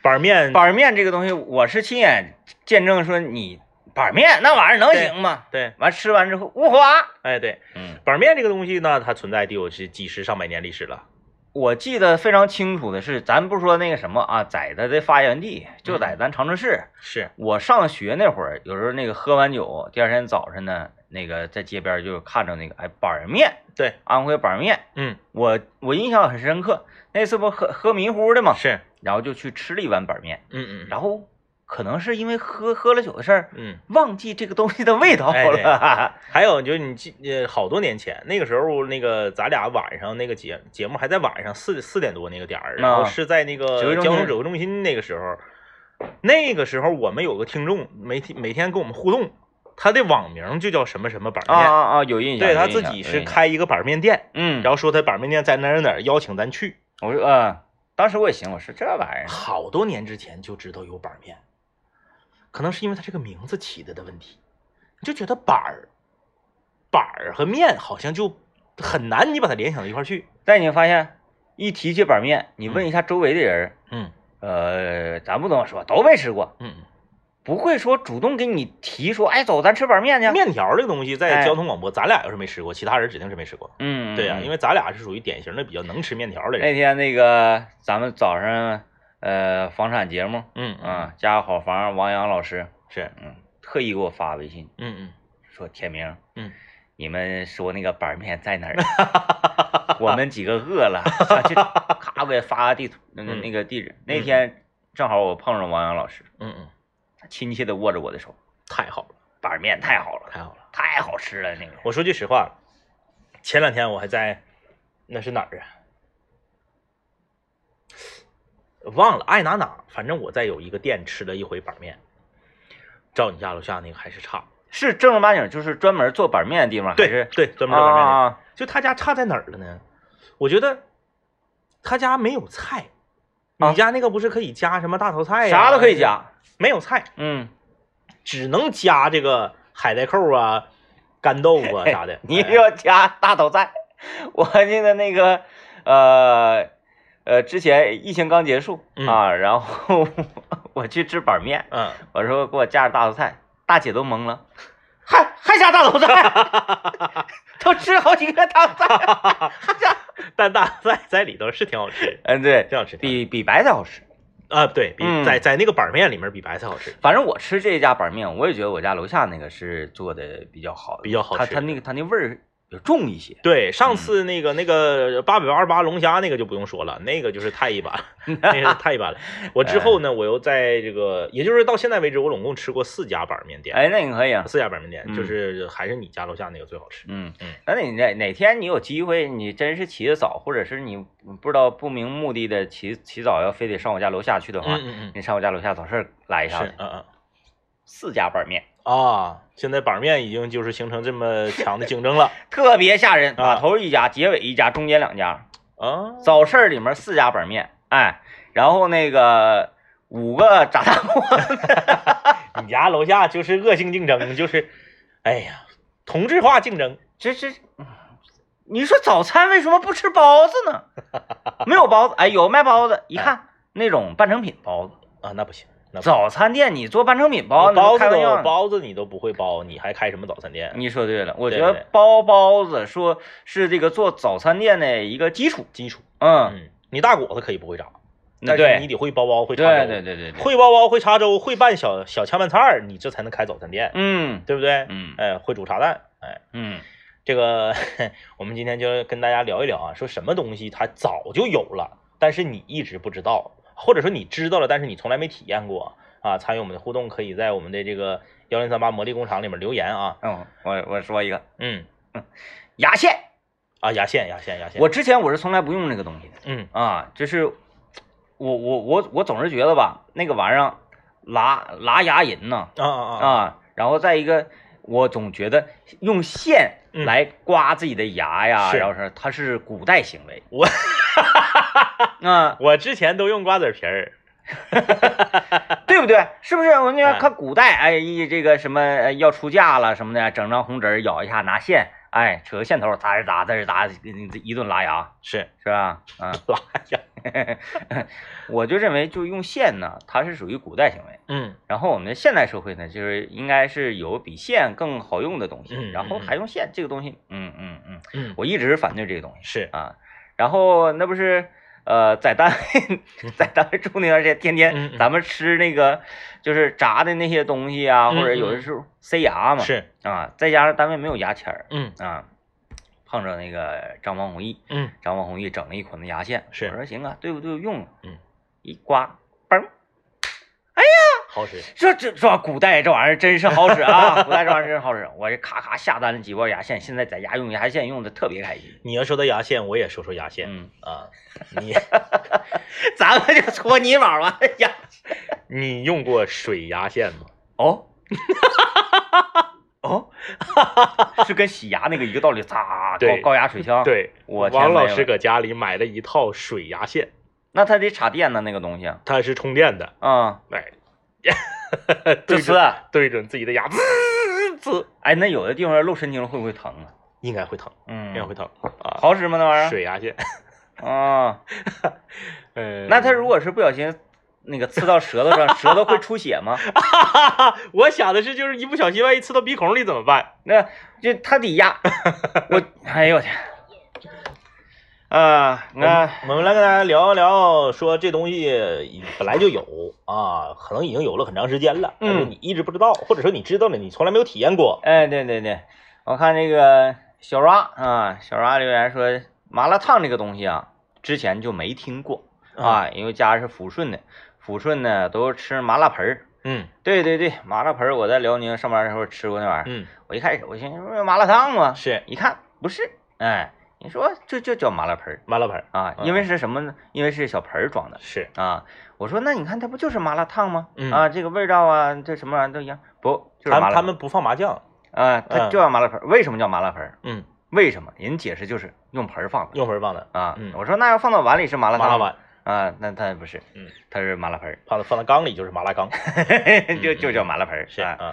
[SPEAKER 2] 板面
[SPEAKER 1] 板面这个东西，我是亲眼见证说你板面那玩意儿能
[SPEAKER 2] 对
[SPEAKER 1] 行吗？
[SPEAKER 2] 对，
[SPEAKER 1] 完吃完之后无花。
[SPEAKER 2] 哎对，
[SPEAKER 1] 嗯，
[SPEAKER 2] 板面这个东西呢，它存在得有是几十上百年历史了。
[SPEAKER 1] 我记得非常清楚的是，咱不说那个什么啊，在它的发源地
[SPEAKER 2] 嗯
[SPEAKER 1] 就在咱长春市。
[SPEAKER 2] 是，
[SPEAKER 1] 我上学那会儿，有时候那个喝完酒，第二天早晨呢，那个在街边就看着那个哎板儿面，
[SPEAKER 2] 对，
[SPEAKER 1] 安徽板儿面，
[SPEAKER 2] 嗯，
[SPEAKER 1] 我我印象很深刻。那次不喝喝迷糊的嘛，
[SPEAKER 2] 是，
[SPEAKER 1] 然后就去吃了一碗板儿面，
[SPEAKER 2] 嗯嗯，
[SPEAKER 1] 然后可能是因为喝喝了酒的事儿，
[SPEAKER 2] 嗯，
[SPEAKER 1] 忘记这个东西的味道
[SPEAKER 2] 哎对
[SPEAKER 1] 了。
[SPEAKER 2] 还有就是你记呃好多年前那个时候，那个咱俩晚上那个节节目还在晚上四四点多那个点儿，然后是在那
[SPEAKER 1] 指
[SPEAKER 2] 个
[SPEAKER 1] 挥啊中
[SPEAKER 2] 交通
[SPEAKER 1] 心
[SPEAKER 2] 指挥中心那个时候，那个时候我们有个听众每天每天跟我们互动，他的网名就叫什么什么板
[SPEAKER 1] 啊
[SPEAKER 2] 面，
[SPEAKER 1] 啊啊！有印象，
[SPEAKER 2] 对
[SPEAKER 1] 有
[SPEAKER 2] 他
[SPEAKER 1] 印
[SPEAKER 2] 自
[SPEAKER 1] 象
[SPEAKER 2] 己
[SPEAKER 1] 有
[SPEAKER 2] 是
[SPEAKER 1] 印象
[SPEAKER 2] 开一个板面店，
[SPEAKER 1] 嗯，
[SPEAKER 2] 然后说他板面店在哪儿哪儿，邀请咱去。
[SPEAKER 1] 我说呃，当时我也行，我说这玩意儿
[SPEAKER 2] 好多年之前就知道有板面，可能是因为它这个名字起的的问题，你就觉得板儿、板儿和面好像就很难你把它联想到一块儿去。
[SPEAKER 1] 但你发现一提起板面，你问一下周围的人，
[SPEAKER 2] 嗯
[SPEAKER 1] 呃，咱不能说都没吃过，
[SPEAKER 2] 嗯，
[SPEAKER 1] 不会说主动给你提说，哎，走，咱吃板面去。
[SPEAKER 2] 面条儿这个东西在
[SPEAKER 1] 哎
[SPEAKER 2] 交通广播，咱俩要是没吃过，其他人指定是没吃过。
[SPEAKER 1] 嗯，
[SPEAKER 2] 对呀、啊
[SPEAKER 1] 嗯哎
[SPEAKER 2] 因为咱俩是属于典型的比较能吃面条儿的人。
[SPEAKER 1] 那天那个咱们早上呃房产节目
[SPEAKER 2] 嗯嗯
[SPEAKER 1] 啊，家好房王阳老师，
[SPEAKER 2] 是
[SPEAKER 1] 嗯，特意给我发微信
[SPEAKER 2] 嗯嗯
[SPEAKER 1] 说天明，
[SPEAKER 2] 嗯，
[SPEAKER 1] 你们说那个板面在 哪儿？我们几个饿了，想去，咔给发地图，那个
[SPEAKER 2] 嗯
[SPEAKER 1] 那个地址。那天正好我碰上王阳老师，
[SPEAKER 2] 嗯嗯，
[SPEAKER 1] 他亲切的握着我的手，
[SPEAKER 2] 太好了
[SPEAKER 1] 板儿面太好了，
[SPEAKER 2] 太好了！
[SPEAKER 1] 太好吃了那个。
[SPEAKER 2] 我说句实话，前两天我还在那是哪儿啊？忘了爱哪哪，反正我在有一个店吃了一回板面，照你家楼下那个还是差。
[SPEAKER 1] 是正儿八经就是专门做板面的地方，还
[SPEAKER 2] 对
[SPEAKER 1] 是
[SPEAKER 2] 对，专门
[SPEAKER 1] 啊
[SPEAKER 2] 做板面的。
[SPEAKER 1] 啊啊
[SPEAKER 2] 就他家差在哪儿了呢？我觉得他家没有菜，
[SPEAKER 1] 啊
[SPEAKER 2] 你家那个不是可以加什么大头菜哎呀、
[SPEAKER 1] 啥都可以，加。
[SPEAKER 2] 没有菜，
[SPEAKER 1] 嗯，。
[SPEAKER 2] 只能加这个海带扣啊、干豆腐啊啥的
[SPEAKER 1] 你要加大头菜。我记得那个呃呃，之前疫情刚结束
[SPEAKER 2] 嗯
[SPEAKER 1] 啊，然后 我去吃板面，
[SPEAKER 2] 嗯，
[SPEAKER 1] 我说给我加点大头菜，大姐都懵了，还还加大头菜， 都吃好几个大头菜。
[SPEAKER 2] 但大菜在里头是挺好吃，
[SPEAKER 1] 嗯，对，
[SPEAKER 2] 挺好吃。挺好吃
[SPEAKER 1] 比比白菜好吃。
[SPEAKER 2] 啊，对比
[SPEAKER 1] 嗯
[SPEAKER 2] 在在那个板面里面比白菜好吃。
[SPEAKER 1] 反正我吃这一家板面，我也觉得我家楼下那个是做的比较好的，
[SPEAKER 2] 比较好
[SPEAKER 1] 它
[SPEAKER 2] 吃
[SPEAKER 1] 它那个它那味儿比较重一些，
[SPEAKER 2] 对，上次那个那个八百八十八龙虾那个就不用说了，那个就是太一般，那个是太一般了。我之后呢，我又在这个，也就是到现在为止，我总共吃过四家板面店，
[SPEAKER 1] 哎，那你可以啊。
[SPEAKER 2] 四家板面店
[SPEAKER 1] 嗯
[SPEAKER 2] 就是还是你家楼下那个最好吃。
[SPEAKER 1] 嗯
[SPEAKER 2] 嗯，
[SPEAKER 1] 那你哪哪天你有机会，你真是起得早，或者是你不知道不明目的的起起早，要非得上我家楼下去的话，
[SPEAKER 2] 嗯
[SPEAKER 1] 你上我家楼下早市来一
[SPEAKER 2] 是
[SPEAKER 1] 下
[SPEAKER 2] 嗯
[SPEAKER 1] 子，
[SPEAKER 2] 嗯
[SPEAKER 1] 四家板面，
[SPEAKER 2] 啊，现在板面已经就是形成这么强的竞争了
[SPEAKER 1] 特别吓人，
[SPEAKER 2] 啊
[SPEAKER 1] 打头一家，结尾一家，中间两家，
[SPEAKER 2] 啊。
[SPEAKER 1] 早市里面四家板面，哎，然后那个五个炸大锅，
[SPEAKER 2] 你家楼下就是恶性竞争，就是，哎呀，同质化竞争。
[SPEAKER 1] 这这，你说早餐为什么不吃包子呢？没有包子，哎，有卖包子，一看那种半成品包子，
[SPEAKER 2] 啊，那不行，那不行
[SPEAKER 1] 早餐店你做半成品包
[SPEAKER 2] 你
[SPEAKER 1] 子，
[SPEAKER 2] 包子
[SPEAKER 1] 开玩笑
[SPEAKER 2] 都
[SPEAKER 1] 呢
[SPEAKER 2] 包子你都不会包，你还开什么早餐店？
[SPEAKER 1] 你说对了，我觉
[SPEAKER 2] 对
[SPEAKER 1] 得
[SPEAKER 2] 对
[SPEAKER 1] 包包子说是这个做早餐店的一个基础，
[SPEAKER 2] 基础，
[SPEAKER 1] 嗯，
[SPEAKER 2] 嗯，你大果子可以不会炸，但是
[SPEAKER 1] 对
[SPEAKER 2] 你得会包包，会
[SPEAKER 1] 对
[SPEAKER 2] 茶粥，
[SPEAKER 1] 对对对对，
[SPEAKER 2] 会包包，会茶粥，会拌小小炝拌菜儿，你这才能开早餐店，
[SPEAKER 1] 嗯
[SPEAKER 2] 对不对？
[SPEAKER 1] 嗯
[SPEAKER 2] 哎，会煮茶蛋，哎，
[SPEAKER 1] 嗯
[SPEAKER 2] 这个 我们今天就跟大家聊一聊啊，说什么东西它早就有了，但是你一直不知道，或者说你知道了，但是你从来没体验过啊。参与我们的互动，可以在我们的这个幺零三八魔力工厂里面留言啊。
[SPEAKER 1] 嗯，我我说一个
[SPEAKER 2] 嗯，
[SPEAKER 1] 牙线，
[SPEAKER 2] 啊，牙线，牙线，牙线，
[SPEAKER 1] 我之前我是从来不用那个东西的
[SPEAKER 2] 嗯
[SPEAKER 1] 啊，就是我我我我总是觉得吧，那个玩意儿拉拉牙龈呐
[SPEAKER 2] 啊啊啊，
[SPEAKER 1] 啊，然后再一个我总觉得用线
[SPEAKER 2] 嗯
[SPEAKER 1] 来刮自己的牙呀，
[SPEAKER 2] 是
[SPEAKER 1] 然后是它是古代行为，
[SPEAKER 2] 我
[SPEAKER 1] 啊。
[SPEAKER 2] 我之前都用瓜子皮儿，
[SPEAKER 1] 对不对？是不是？我那
[SPEAKER 2] 嗯
[SPEAKER 1] 边看古代，哎，一这个什么呃要出嫁了什么的，整张红纸儿咬一下，拿线，哎，扯个线头，咂是咂，咂是咂，给你一顿拉牙，
[SPEAKER 2] 是
[SPEAKER 1] 是吧？嗯，
[SPEAKER 2] 拉呀，
[SPEAKER 1] 我就认为，就用线呢，它是属于古代行为。
[SPEAKER 2] 嗯
[SPEAKER 1] 然后我们的现代社会呢，就是应该是有比线更好用的东
[SPEAKER 2] 嗯
[SPEAKER 1] 西，然后还用线这个东西，嗯嗯嗯，
[SPEAKER 2] 嗯，
[SPEAKER 1] 我一直反对这个东西
[SPEAKER 2] 是
[SPEAKER 1] 啊。然后那不是呃，在单位在单位住那段时间，天
[SPEAKER 2] 嗯
[SPEAKER 1] 天
[SPEAKER 2] 嗯
[SPEAKER 1] 咱们吃那个就是炸的那些东西啊，
[SPEAKER 2] 嗯
[SPEAKER 1] 或者有的时候塞牙嘛，
[SPEAKER 2] 是，
[SPEAKER 1] 啊，再加上单位没有牙签儿
[SPEAKER 2] 嗯
[SPEAKER 1] 啊，碰着那个张王弘毅，
[SPEAKER 2] 嗯
[SPEAKER 1] 张王弘毅整了一捆子牙线，
[SPEAKER 2] 是
[SPEAKER 1] 我说行啊，对不对用啊，
[SPEAKER 2] 嗯，
[SPEAKER 1] 一刮。嘣！
[SPEAKER 2] 好使，
[SPEAKER 1] 这这这古代这玩意儿真是好 使啊！古代这玩意儿真是好使，我这咔咔下单了几包牙线，现在在家用牙线用的特别开心。
[SPEAKER 2] 你要说到牙线，我也说说牙线、
[SPEAKER 1] 嗯，
[SPEAKER 2] 啊， 你
[SPEAKER 1] 咱们就搓泥瓦
[SPEAKER 2] 哎
[SPEAKER 1] 完了牙
[SPEAKER 2] 你用过水牙线吗？
[SPEAKER 1] 哦，哦，是跟洗牙那个一个道理，擦 高
[SPEAKER 2] 对
[SPEAKER 1] 高压水枪。，
[SPEAKER 2] 对，
[SPEAKER 1] 我天
[SPEAKER 2] 王老
[SPEAKER 1] 没有
[SPEAKER 2] 师搁家里买了一套水牙线，
[SPEAKER 1] 那它得插电的那个东西啊
[SPEAKER 2] 它是充电的，
[SPEAKER 1] 啊，
[SPEAKER 2] 哎，
[SPEAKER 1] 就
[SPEAKER 2] 对
[SPEAKER 1] 是
[SPEAKER 2] 准对准自己的牙，
[SPEAKER 1] 滋，啊哎，那有的地方露神经了会不会疼啊？
[SPEAKER 2] 应该会疼，应该会
[SPEAKER 1] 嗯，
[SPEAKER 2] 疼啊。
[SPEAKER 1] 好使吗那玩意
[SPEAKER 2] 水牙线，
[SPEAKER 1] 儿啊？
[SPEAKER 2] 嗯，
[SPEAKER 1] 那它如果是不小心那个刺到舌头上，舌头会出血吗？
[SPEAKER 2] 哈哈，我想的是，就是一不小心万一刺到鼻孔里怎么办？
[SPEAKER 1] 那就它得压，我哎呦我天，啊，
[SPEAKER 2] 我
[SPEAKER 1] 你
[SPEAKER 2] 们
[SPEAKER 1] 看，
[SPEAKER 2] 我们来跟大家聊一聊，说这东西本来就有啊，可能已经有了很长时间了，但是
[SPEAKER 1] 嗯
[SPEAKER 2] 你一直不知道，或者说你知道了，你从来没有体验过。
[SPEAKER 1] 哎，对对对，我看那个小抓啊，小抓留言说麻辣烫这个东西啊，之前就没听过啊，因为家是抚顺的，抚顺呢都吃麻辣盆儿。
[SPEAKER 2] 嗯
[SPEAKER 1] 对对对，麻辣盆儿，我在辽宁上班的时候吃过那玩意儿。
[SPEAKER 2] 嗯，
[SPEAKER 1] 我一开始我寻思说麻辣烫嘛，
[SPEAKER 2] 是
[SPEAKER 1] 一看不是，哎，你说这就叫麻辣盆儿
[SPEAKER 2] 麻辣盆儿
[SPEAKER 1] 啊，因
[SPEAKER 2] 嗯
[SPEAKER 1] 为是什么呢？因为是小盆儿装的
[SPEAKER 2] 是，
[SPEAKER 1] 啊。我说那你看它不就是麻辣烫吗？
[SPEAKER 2] 嗯
[SPEAKER 1] 啊，这个味道啊，这什么玩意儿都一样，不就是
[SPEAKER 2] 他
[SPEAKER 1] 麻
[SPEAKER 2] 们
[SPEAKER 1] 辣盆
[SPEAKER 2] 他们不放麻酱，
[SPEAKER 1] 啊，它
[SPEAKER 2] 嗯
[SPEAKER 1] 就叫麻辣盆儿。为什么叫麻辣盆儿？
[SPEAKER 2] 嗯，
[SPEAKER 1] 为什么？人解释就是用盆儿放的
[SPEAKER 2] 用盆儿放的，
[SPEAKER 1] 啊
[SPEAKER 2] 嗯。
[SPEAKER 1] 我说那要放到碗里是麻辣
[SPEAKER 2] 麻辣
[SPEAKER 1] 烫吗
[SPEAKER 2] 碗，
[SPEAKER 1] 啊，那它不是，
[SPEAKER 2] 嗯，
[SPEAKER 1] 它是麻辣盆
[SPEAKER 2] 放到放到缸里就是麻辣 缸，
[SPEAKER 1] 儿，就
[SPEAKER 2] 嗯
[SPEAKER 1] 就叫麻辣盆儿。
[SPEAKER 2] 是
[SPEAKER 1] 啊，
[SPEAKER 2] 啊，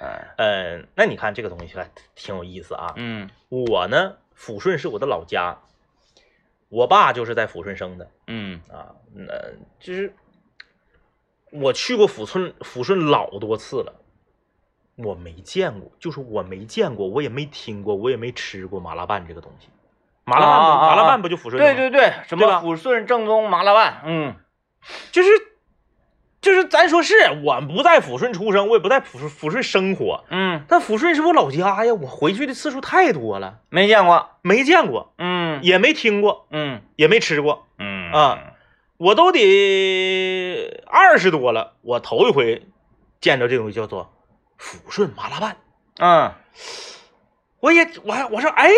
[SPEAKER 1] 啊
[SPEAKER 2] 嗯，那你看这个东西还挺有意思啊。
[SPEAKER 1] 嗯
[SPEAKER 2] 我呢，抚顺是我的老家，我爸就是在抚顺生的
[SPEAKER 1] 嗯
[SPEAKER 2] 啊，那就是我去过抚顺，抚顺老多次了。我没见过，就是我没见过，我也没听过，我也没吃过麻辣拌这个东西。麻辣拌不，
[SPEAKER 1] 啊啊啊
[SPEAKER 2] 麻辣拌不就抚顺的吗？
[SPEAKER 1] 对对对，什么
[SPEAKER 2] 对吧
[SPEAKER 1] 抚顺正宗麻辣拌，嗯
[SPEAKER 2] 就是就是咱说是我不在抚顺出生，我也不在抚顺抚顺生活，
[SPEAKER 1] 嗯，
[SPEAKER 2] 但抚顺是我老家呀，我回去的次数太多了，
[SPEAKER 1] 没见过，
[SPEAKER 2] 没见过，
[SPEAKER 1] 嗯
[SPEAKER 2] 也没听过，
[SPEAKER 1] 嗯
[SPEAKER 2] 也没吃过，
[SPEAKER 1] 嗯
[SPEAKER 2] 啊，我都得二十多了，我头一回见着这东西叫做抚顺麻辣拌，
[SPEAKER 1] 嗯
[SPEAKER 2] 我也我还我说哎，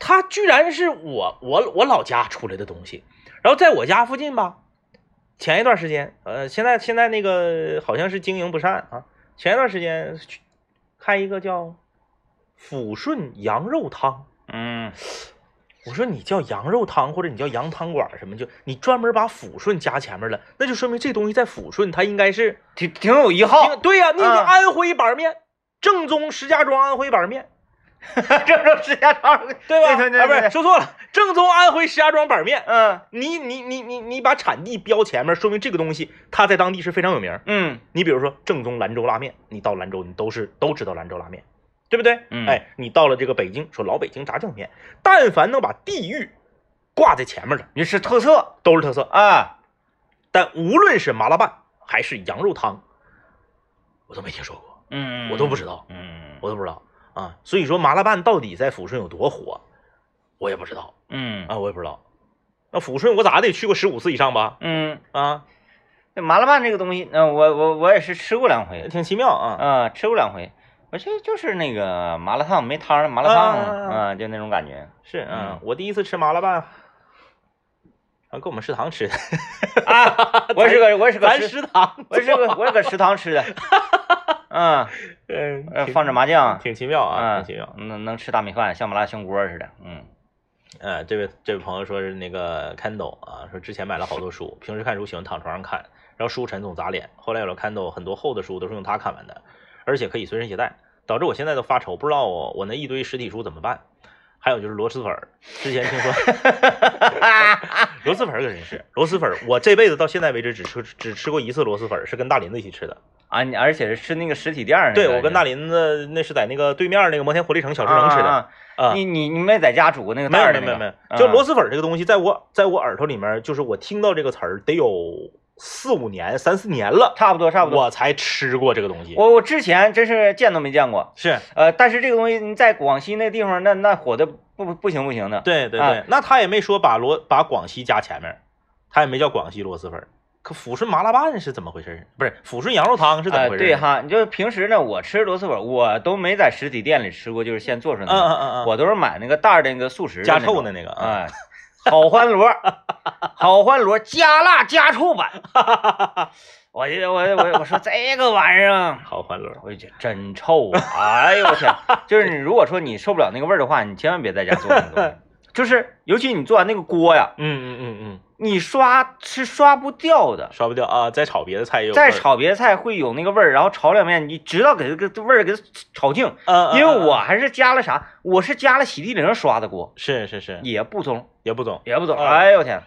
[SPEAKER 2] 它居然是我我我老家出来的东西，然后在我家附近吧，前一段时间，呃，现在现在那个好像是经营不善啊。前一段时间去看一个叫抚顺羊肉汤，
[SPEAKER 1] 嗯，
[SPEAKER 2] 我说你叫羊肉汤或者你叫羊汤馆儿什么，就你专门把抚顺加前面了，那就说明这东西在抚顺它应该是
[SPEAKER 1] 挺挺有一号，
[SPEAKER 2] 对呀、你就
[SPEAKER 1] 啊
[SPEAKER 2] 安徽板儿面，正宗石家庄安徽板儿面，
[SPEAKER 1] 郑州石家庄，
[SPEAKER 2] 对吧？
[SPEAKER 1] 对对
[SPEAKER 2] 啊，
[SPEAKER 1] 对
[SPEAKER 2] 不
[SPEAKER 1] 对
[SPEAKER 2] 是，
[SPEAKER 1] 对，
[SPEAKER 2] 说错了，正宗安徽石家庄板儿面。
[SPEAKER 1] 嗯
[SPEAKER 2] 你你你你你把产地标前面，说明这个东西它在当地是非常有名儿。
[SPEAKER 1] 嗯
[SPEAKER 2] 你比如说正宗兰州拉面，你到兰州你都是都知道兰州拉面，对不对？
[SPEAKER 1] 嗯
[SPEAKER 2] 哎，你到了这个北京，说老北京炸酱面，但凡能把地域挂在前面的，
[SPEAKER 1] 你是特色
[SPEAKER 2] 都是特色。
[SPEAKER 1] 啊，
[SPEAKER 2] 但无论是麻辣拌还是羊肉汤，我都没听说过，
[SPEAKER 1] 嗯，
[SPEAKER 2] 我都不知道，
[SPEAKER 1] 嗯，
[SPEAKER 2] 我都不知道啊。所以说麻辣拌到底在抚顺有多火，我也不知道
[SPEAKER 1] 嗯
[SPEAKER 2] 啊，我也不知道。那抚顺我咋得去过十五次以上吧？
[SPEAKER 1] 嗯，
[SPEAKER 2] 啊，
[SPEAKER 1] 这麻辣拌这个东西，嗯，我我我也是吃过两回，
[SPEAKER 2] 挺奇妙啊。
[SPEAKER 1] 啊，吃过两回，我这就是那个麻辣烫没汤儿的麻辣烫
[SPEAKER 2] 啊啊啊
[SPEAKER 1] 啊，就那种感觉
[SPEAKER 2] 是啊
[SPEAKER 1] 嗯，
[SPEAKER 2] 我第一次吃麻辣拌，啊，跟我们食堂吃的，
[SPEAKER 1] 啊，我是个我是个
[SPEAKER 2] 咱
[SPEAKER 1] 食，
[SPEAKER 2] 食堂，
[SPEAKER 1] 我是个我是个食堂吃的，嗯，
[SPEAKER 2] 嗯
[SPEAKER 1] 呃放着麻酱，
[SPEAKER 2] 挺奇妙啊，
[SPEAKER 1] 嗯
[SPEAKER 2] 挺奇妙。，
[SPEAKER 1] 能能吃大米饭，像麻辣香锅似的， 嗯，
[SPEAKER 2] 呃，这位这位朋友说是那个 Candle 啊，说之前买了好多书，平时看书喜欢躺床上看，然后书沉总砸脸。后来有了 Candle，很多厚的书都是用它看完的，而且可以随身携带，导致我现在都发愁，不知道我我那一堆实体书怎么办。还有就是螺蛳粉儿，之前听说螺蛳粉儿可真是螺蛳粉儿，我这辈子到现在为止只吃只吃过一次螺蛳粉儿，是跟大林子一起吃的。
[SPEAKER 1] 啊，你而且是吃那个实体店儿那个
[SPEAKER 2] 哎对
[SPEAKER 1] 是，
[SPEAKER 2] 我跟大林子那是在那个对面那个摩天活力城小吃城吃的
[SPEAKER 1] 啊啊
[SPEAKER 2] 啊
[SPEAKER 1] 你你你没在家煮过那个啊
[SPEAKER 2] 没
[SPEAKER 1] 袋
[SPEAKER 2] 有
[SPEAKER 1] 儿
[SPEAKER 2] 没
[SPEAKER 1] 的
[SPEAKER 2] 有没有没
[SPEAKER 1] 那
[SPEAKER 2] 有，
[SPEAKER 1] 个，
[SPEAKER 2] 就螺
[SPEAKER 1] 蛳，
[SPEAKER 2] 蛳粉这个东西，在我在我耳朵里面，就是我听到这个词儿得有四五年、三四年了，
[SPEAKER 1] 差不多差不多。
[SPEAKER 2] 我才吃过这个东西。
[SPEAKER 1] 我我之前真是见都没见过，
[SPEAKER 2] 是
[SPEAKER 1] 呃，但是这个东西你在广西那地方，那那火的不不不行不行的。
[SPEAKER 2] 对对对
[SPEAKER 1] 啊，
[SPEAKER 2] 那他也没说把罗把广西加前面，他也没叫广西螺蛳粉。可抚顺麻辣拌是怎么回事？不是抚顺羊肉汤是怎么
[SPEAKER 1] 啊，
[SPEAKER 2] 回事？
[SPEAKER 1] 对哈，你就平时呢，我吃螺蛳粉，我都没在实体店里吃过，就是现做出来
[SPEAKER 2] 嗯，
[SPEAKER 1] 的那
[SPEAKER 2] 嗯
[SPEAKER 1] 种，
[SPEAKER 2] 嗯嗯嗯，
[SPEAKER 1] 我都是买那个袋儿的那个速食
[SPEAKER 2] 加臭的
[SPEAKER 1] 的
[SPEAKER 2] 那个
[SPEAKER 1] 那种，
[SPEAKER 2] 啊，
[SPEAKER 1] 哎，好欢螺，好欢螺加辣加臭版，我就我我我说这个玩意儿啊，
[SPEAKER 2] 好欢乐。
[SPEAKER 1] 我就觉得真臭啊，哎呦我 天，就是你如果说你受不了那个味儿的话，你千万别在家做那个东西，就是尤其你做完那个锅呀，
[SPEAKER 2] 嗯嗯嗯嗯，
[SPEAKER 1] 你刷是刷不掉的。
[SPEAKER 2] 刷不掉啊！再炒别的菜又
[SPEAKER 1] 再，炒别的菜会有那个味儿，然后炒两面，你直到给它个味儿给它炒净。
[SPEAKER 2] 嗯，嗯
[SPEAKER 1] 因为
[SPEAKER 2] 嗯
[SPEAKER 1] 我还是加了啥，我是加了洗涤灵刷的锅，
[SPEAKER 2] 是是是，
[SPEAKER 1] 也不中，
[SPEAKER 2] 也不懂，
[SPEAKER 1] 也不中。
[SPEAKER 2] 嗯
[SPEAKER 1] 哎呦我天，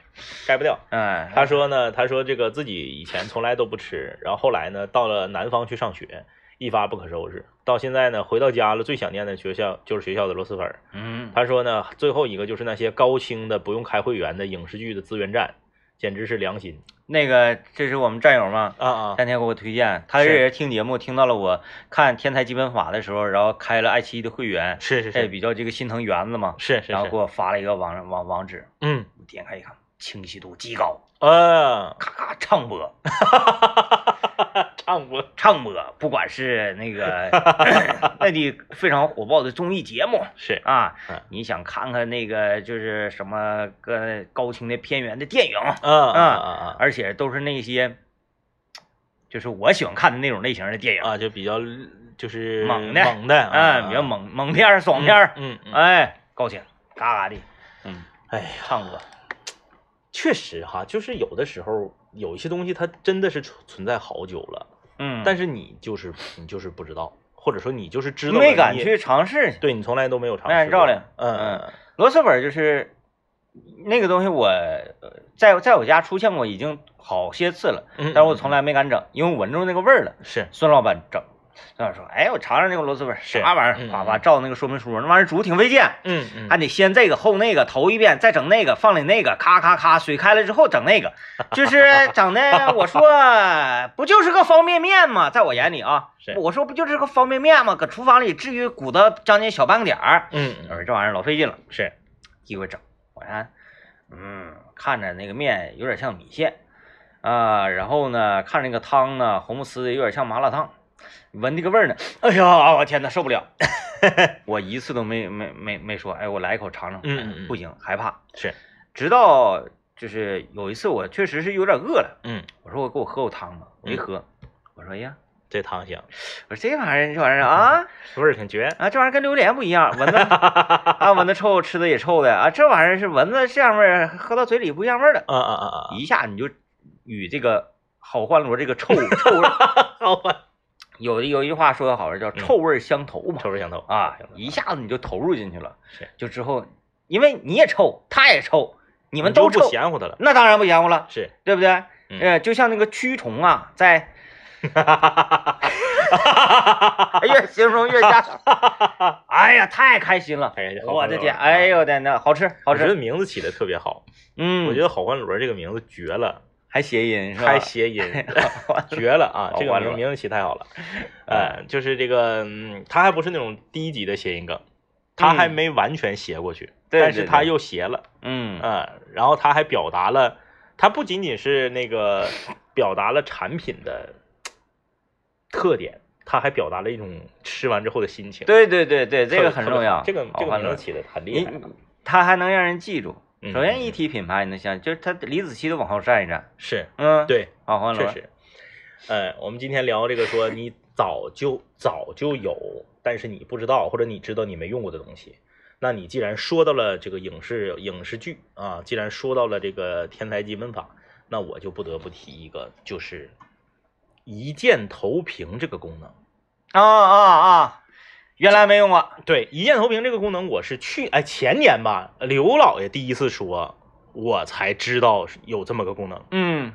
[SPEAKER 2] 改不掉。
[SPEAKER 1] 哎，
[SPEAKER 2] 他说呢，他说这个自己以前从来都不吃，然后后来呢，到了南方去上学，一发不可收拾。到现在呢，回到家了，最想念的学校就是学校的螺蛳粉儿。
[SPEAKER 1] 嗯，
[SPEAKER 2] 他说呢，最后一个就是那些高清的不用开会员的影视剧的资源站，简直是良心
[SPEAKER 1] 那个这是我们战友嘛，
[SPEAKER 2] 啊啊！
[SPEAKER 1] 天天给我推荐，他
[SPEAKER 2] 是
[SPEAKER 1] 这人听节目听到了我看《天才基本法》的时候，然后开了爱奇艺的会员，
[SPEAKER 2] 是是
[SPEAKER 1] 他也
[SPEAKER 2] 是
[SPEAKER 1] 哎比较这个心疼园子嘛，
[SPEAKER 2] 是是
[SPEAKER 1] 然后给
[SPEAKER 2] 是，
[SPEAKER 1] 我发了一个网网网址，
[SPEAKER 2] 嗯
[SPEAKER 1] 我点开一看，清晰度极高，
[SPEAKER 2] 啊，
[SPEAKER 1] 咔咔畅播。
[SPEAKER 2] 唱不
[SPEAKER 1] 唱播，不管是 那个内地非常火爆的综艺节目
[SPEAKER 2] 是
[SPEAKER 1] 啊
[SPEAKER 2] 嗯，
[SPEAKER 1] 你想看看那个就是什么个高清的片源的电影，
[SPEAKER 2] 啊啊啊
[SPEAKER 1] 而且都是那些就是我喜欢看的那种类型的
[SPEAKER 2] 啊
[SPEAKER 1] 电影，
[SPEAKER 2] 啊，就比较就是
[SPEAKER 1] 猛的
[SPEAKER 2] 猛的啊
[SPEAKER 1] 哎，比较猛猛片儿、爽片儿，
[SPEAKER 2] 嗯嗯，嗯
[SPEAKER 1] 哎，高清，嘎嘎的，嗯，
[SPEAKER 2] 哎呀。
[SPEAKER 1] 唱歌，
[SPEAKER 2] 确实哈，就是有的时候有一些东西它真的是存存在好久了，
[SPEAKER 1] 嗯，
[SPEAKER 2] 但
[SPEAKER 1] 是
[SPEAKER 2] 是你就是你就是不知道，或者说你就是知道了
[SPEAKER 1] 没敢
[SPEAKER 2] 你也，
[SPEAKER 1] 去尝试去。
[SPEAKER 2] 对你从来都没有尝试
[SPEAKER 1] 没敢照
[SPEAKER 2] 过
[SPEAKER 1] 亮
[SPEAKER 2] 嗯
[SPEAKER 1] 嗯
[SPEAKER 2] 嗯
[SPEAKER 1] 螺蛳粉就是那个东西我，呃在在我家出现过已经好些次了。
[SPEAKER 2] 嗯，
[SPEAKER 1] 但是我从
[SPEAKER 2] 来
[SPEAKER 1] 来没敢整，因为我闻着那个味儿了。
[SPEAKER 2] 是
[SPEAKER 1] 孙老板整，孙老板说：“哎，我尝尝那个螺蛳粉，
[SPEAKER 2] 是
[SPEAKER 1] 啥玩
[SPEAKER 2] 嗯
[SPEAKER 1] 意
[SPEAKER 2] 嗯
[SPEAKER 1] 儿？哗哗照那个说明书，那玩意儿煮挺费劲，
[SPEAKER 2] 嗯嗯
[SPEAKER 1] 还得先这个后那个，头一遍再整那个，放里那个，咔咔咔，水开了之后整那个， 就是整的。我说不就是个方便面吗？在我眼里啊
[SPEAKER 2] 是，
[SPEAKER 1] 我说不就是个方便面吗？搁厨房里至于鼓捣将近小半个点儿，
[SPEAKER 2] 嗯嗯
[SPEAKER 1] 我说这玩意儿老费劲了，
[SPEAKER 2] 是
[SPEAKER 1] 一会儿整，我看，嗯，看着那个面有点像米线，啊、然后呢，看那个汤呢，红不丝的，有点像麻辣烫，闻这个味儿呢，哎呀，我天呐，受不了！ 我一次都没没没没说，哎，我来一口尝尝，
[SPEAKER 2] 嗯嗯嗯
[SPEAKER 1] 不行，害怕。
[SPEAKER 2] 是
[SPEAKER 1] 直到就是有一次，我确实是有点饿了，
[SPEAKER 2] 嗯
[SPEAKER 1] 我说我给我喝口汤吧，我一喝，我说哎呀，
[SPEAKER 2] 这汤香，
[SPEAKER 1] 我说这玩意儿，这玩意儿啊
[SPEAKER 2] 味儿挺绝。
[SPEAKER 1] 啊，这玩意儿跟榴莲不一样， 闻的啊闻的臭，吃的也臭的啊，这玩意儿是闻着这样味儿，喝到嘴里不一样味儿的，
[SPEAKER 2] 啊啊啊啊！
[SPEAKER 1] 一下你就与这个好欢螺这个臭 臭味儿，
[SPEAKER 2] 好吧，嗯
[SPEAKER 1] 有有一句话说的好，叫臭味儿相投嘛，
[SPEAKER 2] 臭味相投啊！
[SPEAKER 1] 啊，一下子你就投入进去了
[SPEAKER 2] 是，
[SPEAKER 1] 就之后，因为你也臭，他也臭，你
[SPEAKER 2] 你
[SPEAKER 1] 们
[SPEAKER 2] 就
[SPEAKER 1] 都
[SPEAKER 2] 不
[SPEAKER 1] 臭，
[SPEAKER 2] 嫌乎他了，
[SPEAKER 1] 那当然不嫌乎了，
[SPEAKER 2] 是，
[SPEAKER 1] 对不对？
[SPEAKER 2] 嗯
[SPEAKER 1] 呃，就像那个蛆虫啊，在 越形容越加 深，哎呀，太开心了！
[SPEAKER 2] 哎呀，好
[SPEAKER 1] 我
[SPEAKER 2] 欢
[SPEAKER 1] 的
[SPEAKER 2] 螺
[SPEAKER 1] 天，哎，呦我天呐，好吃好
[SPEAKER 2] 啊我觉得
[SPEAKER 1] 吃，
[SPEAKER 2] 名字起的特别好，
[SPEAKER 1] 嗯，
[SPEAKER 2] 我觉得好欢螺这个名字绝了，
[SPEAKER 1] 还谐音是吧？
[SPEAKER 2] 开 谐音， 绝了啊！
[SPEAKER 1] 哦
[SPEAKER 2] 这好个欢名乐名字起太好了，呃，就是这个，嗯，他还不是那种低级的谐音梗，他还
[SPEAKER 1] 嗯
[SPEAKER 2] 没完全谐过去，
[SPEAKER 1] 对
[SPEAKER 2] 但
[SPEAKER 1] 对
[SPEAKER 2] 是
[SPEAKER 1] 对
[SPEAKER 2] 他又谐了，
[SPEAKER 1] 嗯
[SPEAKER 2] 嗯，然后他还表达了，他不仅仅是那个表达了产品的特点，他还表达了一种吃完之后的心情，
[SPEAKER 1] 对对对对，
[SPEAKER 2] 特
[SPEAKER 1] 这
[SPEAKER 2] 别，
[SPEAKER 1] 个很
[SPEAKER 2] 特别
[SPEAKER 1] 重要，
[SPEAKER 2] 这个
[SPEAKER 1] 好
[SPEAKER 2] 这个
[SPEAKER 1] 欢
[SPEAKER 2] 名
[SPEAKER 1] 乐
[SPEAKER 2] 字起的很厉
[SPEAKER 1] 你
[SPEAKER 2] 害啊，
[SPEAKER 1] 它还能让人记住。
[SPEAKER 2] 嗯
[SPEAKER 1] 首先一提品牌，你能想，就是它李子柒都往后站一站，
[SPEAKER 2] 是
[SPEAKER 1] 嗯，，
[SPEAKER 2] 对，
[SPEAKER 1] 好欢
[SPEAKER 2] 确
[SPEAKER 1] 乐，
[SPEAKER 2] 实，呃，我们今天聊这个说你早就早就有，但是你不知道或者你知道你没用过的东西。那你既然说到了这个影视影视剧啊，既然说到了这个天才基本法，那我就不得不提一个，就是一键投屏这个功能。
[SPEAKER 1] 啊啊啊！原来没用过，
[SPEAKER 2] 对，一键投屏这个功能，我是去哎前年吧，刘老爷第一次说，我才知道是有这么个功能。
[SPEAKER 1] 嗯，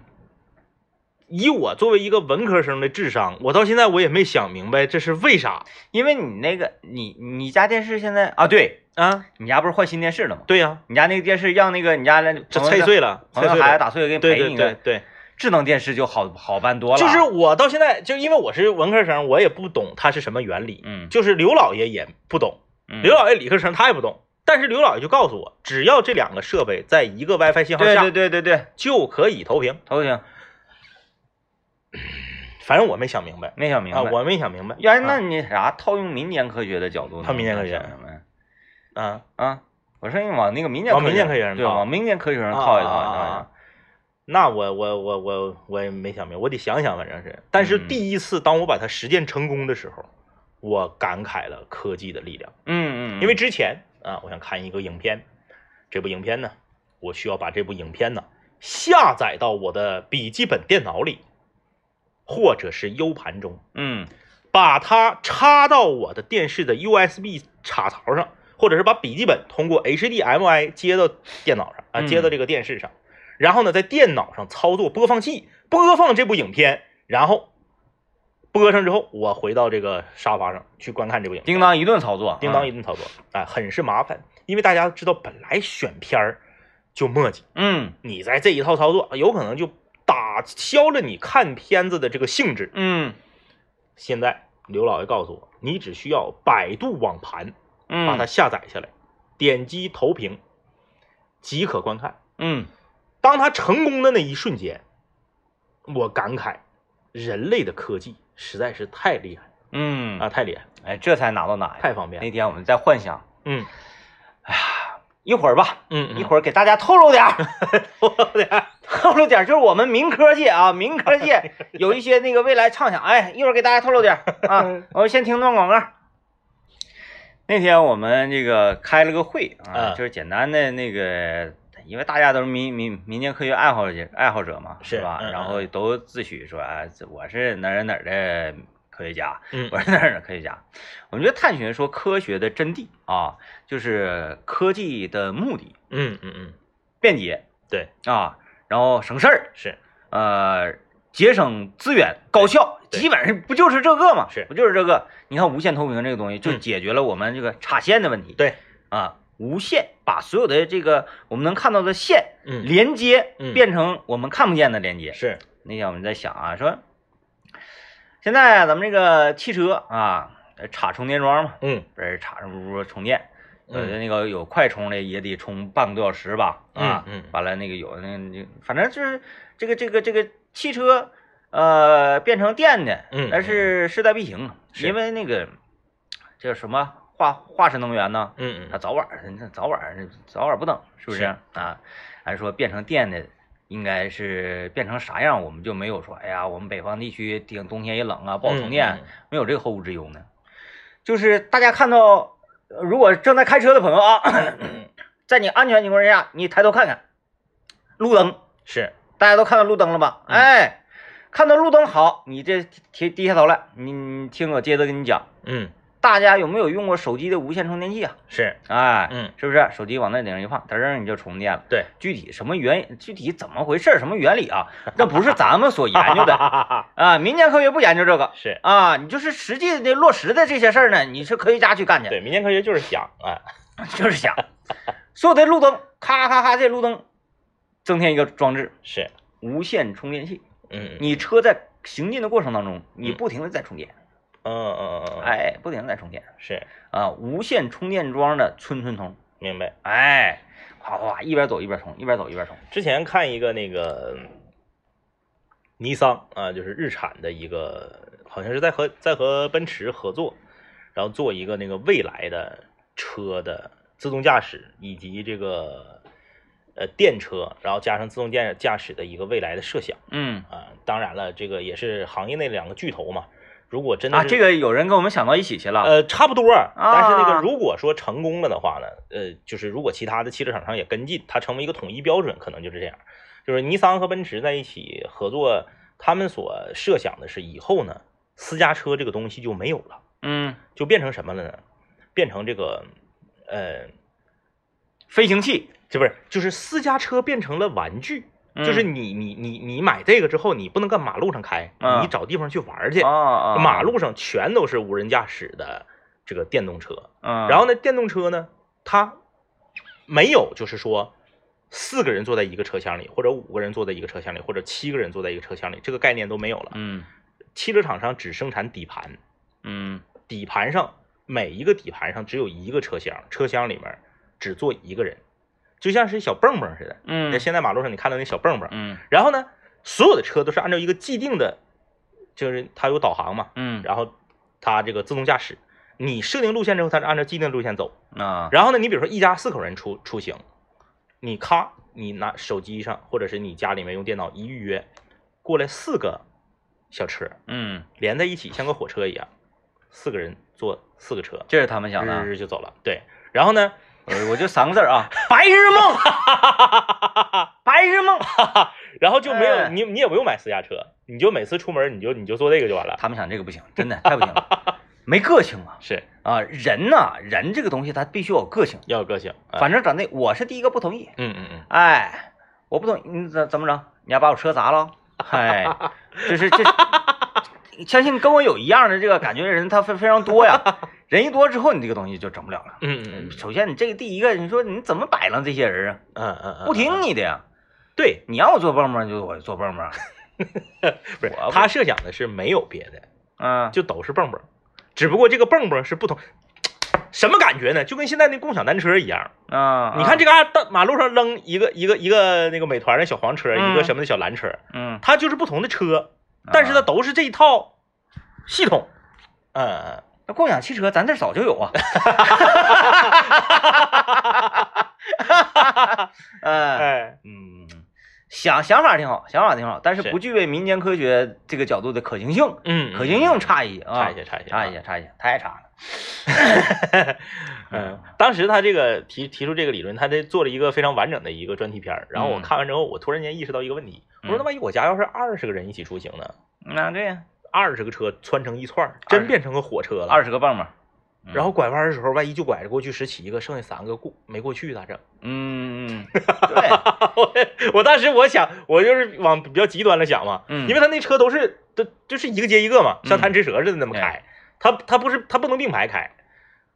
[SPEAKER 2] 以我作为一个文科生的智商，我到现在我也没想明白这是为啥
[SPEAKER 1] 因为你那个你你家电视现在啊，对
[SPEAKER 2] 啊？
[SPEAKER 1] 你家不是换新电视了吗？
[SPEAKER 2] 对呀、
[SPEAKER 1] 你家那个电视让那个你家那
[SPEAKER 2] 这
[SPEAKER 1] 朋友
[SPEAKER 2] 拆
[SPEAKER 1] 家
[SPEAKER 2] 碎了，
[SPEAKER 1] 朋
[SPEAKER 2] 拆
[SPEAKER 1] 友
[SPEAKER 2] 碎
[SPEAKER 1] 孩子
[SPEAKER 2] 了。
[SPEAKER 1] 打碎了给你
[SPEAKER 2] 对
[SPEAKER 1] 赔你
[SPEAKER 2] 对
[SPEAKER 1] 一
[SPEAKER 2] 对
[SPEAKER 1] 个，
[SPEAKER 2] 对，
[SPEAKER 1] 智能电视就好好办多了。啊
[SPEAKER 2] 就是我到现在就因为我是文科生，我也不懂它是什么原理，
[SPEAKER 1] 嗯，
[SPEAKER 2] 就是刘老爷也不懂，
[SPEAKER 1] 嗯
[SPEAKER 2] 刘老爷理科生他也不懂，但是刘老爷就告诉我，只要这两个设备在一个 WiFi 信号
[SPEAKER 1] 对对
[SPEAKER 2] 下，
[SPEAKER 1] 对对对，
[SPEAKER 2] 就可以投屏。
[SPEAKER 1] 投屏
[SPEAKER 2] 反正我没想明白
[SPEAKER 1] 没想明白。
[SPEAKER 2] 啊，我没想明白。
[SPEAKER 1] 呀，那
[SPEAKER 2] 啊
[SPEAKER 1] 你啥套用民间科学的角度呢？
[SPEAKER 2] 套民间科学
[SPEAKER 1] 想想呗
[SPEAKER 2] 啊，
[SPEAKER 1] 啊，我说你往那个民间
[SPEAKER 2] 往民间科学
[SPEAKER 1] 上
[SPEAKER 2] 上
[SPEAKER 1] 对，
[SPEAKER 2] 套
[SPEAKER 1] 往民间科学上套
[SPEAKER 2] 啊
[SPEAKER 1] 一套
[SPEAKER 2] 啊啊啊
[SPEAKER 1] 你知道吗，
[SPEAKER 2] 那我我我我我也没想明白，我得想想，反正是。但是
[SPEAKER 1] 嗯
[SPEAKER 2] 第一次当我把它实践成功的时候，我感慨了科技的力量。
[SPEAKER 1] 嗯嗯，
[SPEAKER 2] 因为之前啊，我想看一个影片，这部影片呢，我需要把这部影片呢下载到我的笔记本电脑里，或者是 U 盘中，
[SPEAKER 1] 嗯
[SPEAKER 2] 把它插到我的电视的 USB 插槽上，或者是把笔记本通过 HDMI 接到电脑上啊，
[SPEAKER 1] 嗯
[SPEAKER 2] 接到这个电视上，然后呢，在电脑上操作播放器播放这部影片，然后播上之后，我回到这个沙发上去观看这部影片。
[SPEAKER 1] 叮当一顿操作，
[SPEAKER 2] 叮当
[SPEAKER 1] 一
[SPEAKER 2] 一顿操作，哎，很是麻烦，因为大家知道，本来选片儿就墨迹，
[SPEAKER 1] 嗯
[SPEAKER 2] 你在这一套操作，有可能就打消了你看片子的这个兴致。
[SPEAKER 1] 嗯
[SPEAKER 2] 现在刘老爷告诉我，你只需要百度网盘
[SPEAKER 1] 嗯，
[SPEAKER 2] 把它下载下来，点击投屏即可观看。
[SPEAKER 1] 嗯
[SPEAKER 2] 当它成功的那一瞬间，我感慨，人类的科技实在是太厉害
[SPEAKER 1] 嗯
[SPEAKER 2] 啊，太厉害，
[SPEAKER 1] 哎，这才拿到哪呀？
[SPEAKER 2] 太方便
[SPEAKER 1] 那
[SPEAKER 2] 了。
[SPEAKER 1] 天我们在幻想，
[SPEAKER 2] 嗯
[SPEAKER 1] 一会儿吧，
[SPEAKER 2] 嗯，
[SPEAKER 1] 一
[SPEAKER 2] 儿
[SPEAKER 1] 会儿给大家透露点儿，
[SPEAKER 2] 我得
[SPEAKER 1] 透露点儿，就是我们民科界啊，民科界有一些那个未来畅想，哎，一会儿给大家透露点儿 啊。我们先听段广告。那天我们这个开了个会啊，
[SPEAKER 2] 嗯
[SPEAKER 1] 就是简单的那个，因为大家都是民民民间科学爱好者爱好者嘛，
[SPEAKER 2] 是
[SPEAKER 1] 吧？
[SPEAKER 2] 嗯嗯
[SPEAKER 1] 然后都自诩说，哎，这我是哪儿哪儿哪儿的科学家，
[SPEAKER 2] 嗯
[SPEAKER 1] 我是哪儿哪儿科学家。我们觉得探寻说科学的真谛啊，就是科技的目的
[SPEAKER 2] 嗯嗯嗯，
[SPEAKER 1] 便捷
[SPEAKER 2] 对，
[SPEAKER 1] 啊，然后省事儿，
[SPEAKER 2] 是
[SPEAKER 1] 呃，节省资源，高效，
[SPEAKER 2] 对
[SPEAKER 1] 基本上不就是这个嘛？
[SPEAKER 2] 是
[SPEAKER 1] 不就是这个？你看无线投屏这个东西，就
[SPEAKER 2] 嗯
[SPEAKER 1] 解决了我们这个插线的问题。
[SPEAKER 2] 对
[SPEAKER 1] 啊，无线把所有的这个我们能看到的线
[SPEAKER 2] 嗯
[SPEAKER 1] 连接，
[SPEAKER 2] 嗯
[SPEAKER 1] 变成我们看不见的连接。
[SPEAKER 2] 是，
[SPEAKER 1] 那天我们在想啊，说现在咱们这个汽车啊，呃插充电桩嘛，
[SPEAKER 2] 嗯
[SPEAKER 1] 不是插上屋充电，有的
[SPEAKER 2] 嗯
[SPEAKER 1] 那个有快充的也得充半个多小时吧，啊，
[SPEAKER 2] 嗯嗯
[SPEAKER 1] 完了那个有那那反正就是这个这个这个汽车呃变成电的，
[SPEAKER 2] 嗯
[SPEAKER 1] 但是势在必行啊，
[SPEAKER 2] 是
[SPEAKER 1] 因为那个叫什么化化石能源呢，
[SPEAKER 2] 嗯
[SPEAKER 1] 它早晚儿那早晚儿早晚儿不等，是不是
[SPEAKER 2] 是
[SPEAKER 1] 啊？按说变成电的应该是变成啥样，我们就没有说，哎呀，我们北方地区顶冬天也冷啊，不好充电，
[SPEAKER 2] 嗯
[SPEAKER 1] 没有这个后顾之忧呢。就是大家看到，呃如果正在开车的朋友啊， 在你安全情况下，你抬头看看路灯，
[SPEAKER 2] 是，
[SPEAKER 1] 大家都看到路灯了吧？
[SPEAKER 2] 嗯
[SPEAKER 1] 哎，看到路灯好，你这低低下头来，你你听我接着跟你讲，
[SPEAKER 2] 嗯，
[SPEAKER 1] 大家有没有用过手机的无线充电器啊？
[SPEAKER 2] 是，
[SPEAKER 1] 哎，
[SPEAKER 2] 嗯，
[SPEAKER 1] 是不是？手机往那顶上一放，噔儿你就充电了。
[SPEAKER 2] 对，
[SPEAKER 1] 具体什么原具体怎么回事儿，什么原理啊？那不是咱们所研 究的
[SPEAKER 2] 的，
[SPEAKER 1] 啊，民间科学不研究这个
[SPEAKER 2] 是
[SPEAKER 1] 啊，你就是实际的落实的这些事儿呢，你是科学家去干去，
[SPEAKER 2] 对，民间科学就是想，哎，
[SPEAKER 1] 就是想所有的路灯，咔咔咔，这路灯增添一个装置，
[SPEAKER 2] 是，
[SPEAKER 1] 无线充电器，
[SPEAKER 2] 嗯，嗯
[SPEAKER 1] 你车在行进的过程当中，你不停的在充电，
[SPEAKER 2] 嗯嗯嗯，嗯，
[SPEAKER 1] 哎，不停的在充电
[SPEAKER 2] 是，
[SPEAKER 1] 啊，无线充电桩的村村通，
[SPEAKER 2] 明白。
[SPEAKER 1] 哎，哗哗哗，一边走一边充，一边走一边充，
[SPEAKER 2] 之前看一个那个尼桑啊，就是日产的一个，好像是在和在和奔驰合作，然后做一个那个未来的车的自动驾驶以及这个呃电车，然后加上自动驾驾驶的一个未来的设想
[SPEAKER 1] 嗯。
[SPEAKER 2] 啊。当然了，这个也是行业内两个巨头嘛。如果真的
[SPEAKER 1] 啊，
[SPEAKER 2] 是
[SPEAKER 1] 这个有人跟我们想到一起去了。
[SPEAKER 2] 嗯呃，差不多儿。但是那
[SPEAKER 1] 啊
[SPEAKER 2] 个，如果说成功了的话呢，呃，就是如果其他的汽车厂商也跟进，它成为一个统一标准，可能就是这样。就是尼桑和奔驰在一起合作，他们所设想的是以后呢，私家车这个东西就没有了，
[SPEAKER 1] 嗯，
[SPEAKER 2] 就变成什么了呢？变成这个，呃，
[SPEAKER 1] 飞行器，
[SPEAKER 2] 这不是，就是私家车变成了玩具。
[SPEAKER 1] 嗯
[SPEAKER 2] 就是你你你你买这个之后，你不能搁马路上开，
[SPEAKER 1] 啊
[SPEAKER 2] 你找地方去玩儿去。
[SPEAKER 1] 啊啊，
[SPEAKER 2] 马路上全都是无人驾驶的这个电动车。
[SPEAKER 1] 嗯，
[SPEAKER 2] 然后呢，电动车呢，它没有就是说四个人坐在一个车厢里，或者五个人坐在一个车厢里，或者七个人坐在一个车厢里，这个概念都没有了。
[SPEAKER 1] 嗯
[SPEAKER 2] 汽车厂商只生产底盘，
[SPEAKER 1] 嗯
[SPEAKER 2] 底盘上每一个底盘上只有一个车厢，车厢里面只坐一个人，就像是小蹦蹦似的。
[SPEAKER 1] 嗯
[SPEAKER 2] 那现在马路上你看到那小蹦蹦，
[SPEAKER 1] 嗯
[SPEAKER 2] 然后呢，所有的车都是按照一个既定的，就是它有导航嘛，
[SPEAKER 1] 嗯
[SPEAKER 2] 然后它这个自动驾驶，你设定路线之后，它是按照既定路线走。
[SPEAKER 1] 啊，
[SPEAKER 2] 然后呢，你比如说一家四口人出出行，你咔，你拿手机上或者是你家里面用电脑一预约，过来四个小车
[SPEAKER 1] 嗯，
[SPEAKER 2] 连在一起，像个火车一样，四个人坐四个车，
[SPEAKER 1] 这是他们想的啊
[SPEAKER 2] 日，日就走了。对，然后呢，
[SPEAKER 1] 我我就三个字儿啊，白日梦，白日梦，
[SPEAKER 2] 然后就没有、
[SPEAKER 1] 哎
[SPEAKER 2] 你，你也不用买私家车，你就每次出门你就你就坐这个就完了。
[SPEAKER 1] 他们想这个不行，真的太不行了，没个性啊
[SPEAKER 2] 是
[SPEAKER 1] 啊，人呐，人这个东西他必须有个性，
[SPEAKER 2] 要有个性，啊
[SPEAKER 1] 反正咱那我是第一个不同意，
[SPEAKER 2] 嗯嗯嗯，
[SPEAKER 1] 哎，我不懂，你怎怎么整？你要把我车砸了？哎，这是这是，相信跟我有一样的这个感觉的人，他非非常多呀。人一多之后，你这个东西就整不了了。
[SPEAKER 2] 嗯嗯嗯
[SPEAKER 1] 首先，你这个第一个，你说你怎么摆弄这些人啊？
[SPEAKER 2] 嗯嗯嗯，
[SPEAKER 1] 不听你的呀！
[SPEAKER 2] 对，
[SPEAKER 1] 你让我做蹦蹦就我做蹦蹦，
[SPEAKER 2] 不是
[SPEAKER 1] 我不
[SPEAKER 2] 他设想的是没有别的，
[SPEAKER 1] 嗯，
[SPEAKER 2] 就都是蹦蹦，只不过这个蹦蹦是不同，什么感觉呢？就跟现在那共享单车一样，
[SPEAKER 1] 啊，
[SPEAKER 2] 你看
[SPEAKER 1] 这，
[SPEAKER 2] 这嘎达到马路上扔一个一个一个那个美团的小黄车，
[SPEAKER 1] 嗯
[SPEAKER 2] 一个什么的小蓝车，
[SPEAKER 1] 嗯，
[SPEAKER 2] 它就是不同的车，但是它
[SPEAKER 1] 啊
[SPEAKER 2] 都是这一套系统。嗯嗯
[SPEAKER 1] 那共享汽车咱这儿早就有 啊。
[SPEAKER 2] 嗯，
[SPEAKER 1] 嗯
[SPEAKER 2] 哎，
[SPEAKER 1] 嗯，想想法挺好，想法挺好，但是
[SPEAKER 2] 是
[SPEAKER 1] 不具备民间科学这个角度的可行性。
[SPEAKER 2] 嗯，
[SPEAKER 1] 可行性差一些啊，
[SPEAKER 2] 差一些，差一些，
[SPEAKER 1] 差一些，差一些，太差了。
[SPEAKER 2] 嗯，当时他这个提提出这个理论，他这做了一个非常完整的一个专题片儿。然后我
[SPEAKER 1] 嗯
[SPEAKER 2] 看完之后，我突然间意识到一个问题，我说
[SPEAKER 1] 嗯
[SPEAKER 2] 那万一我家要是二十个人一起出行呢？
[SPEAKER 1] 那对呀，
[SPEAKER 2] 二十个车窜成一串儿，
[SPEAKER 1] 20
[SPEAKER 2] 真变成个火车了。
[SPEAKER 1] 二十个棒棒，嗯
[SPEAKER 2] 然后拐弯的时候，万一就拐着过去十七个，剩下三个过没过去咋整？
[SPEAKER 1] 嗯，嗯对，
[SPEAKER 2] 我 我当时我想，我就是往比较极端了想嘛，
[SPEAKER 1] 嗯
[SPEAKER 2] 因为他那车都是都就是一个接一个嘛，
[SPEAKER 1] 嗯
[SPEAKER 2] 像贪吃蛇似的那么开，他他不是他不能并排开。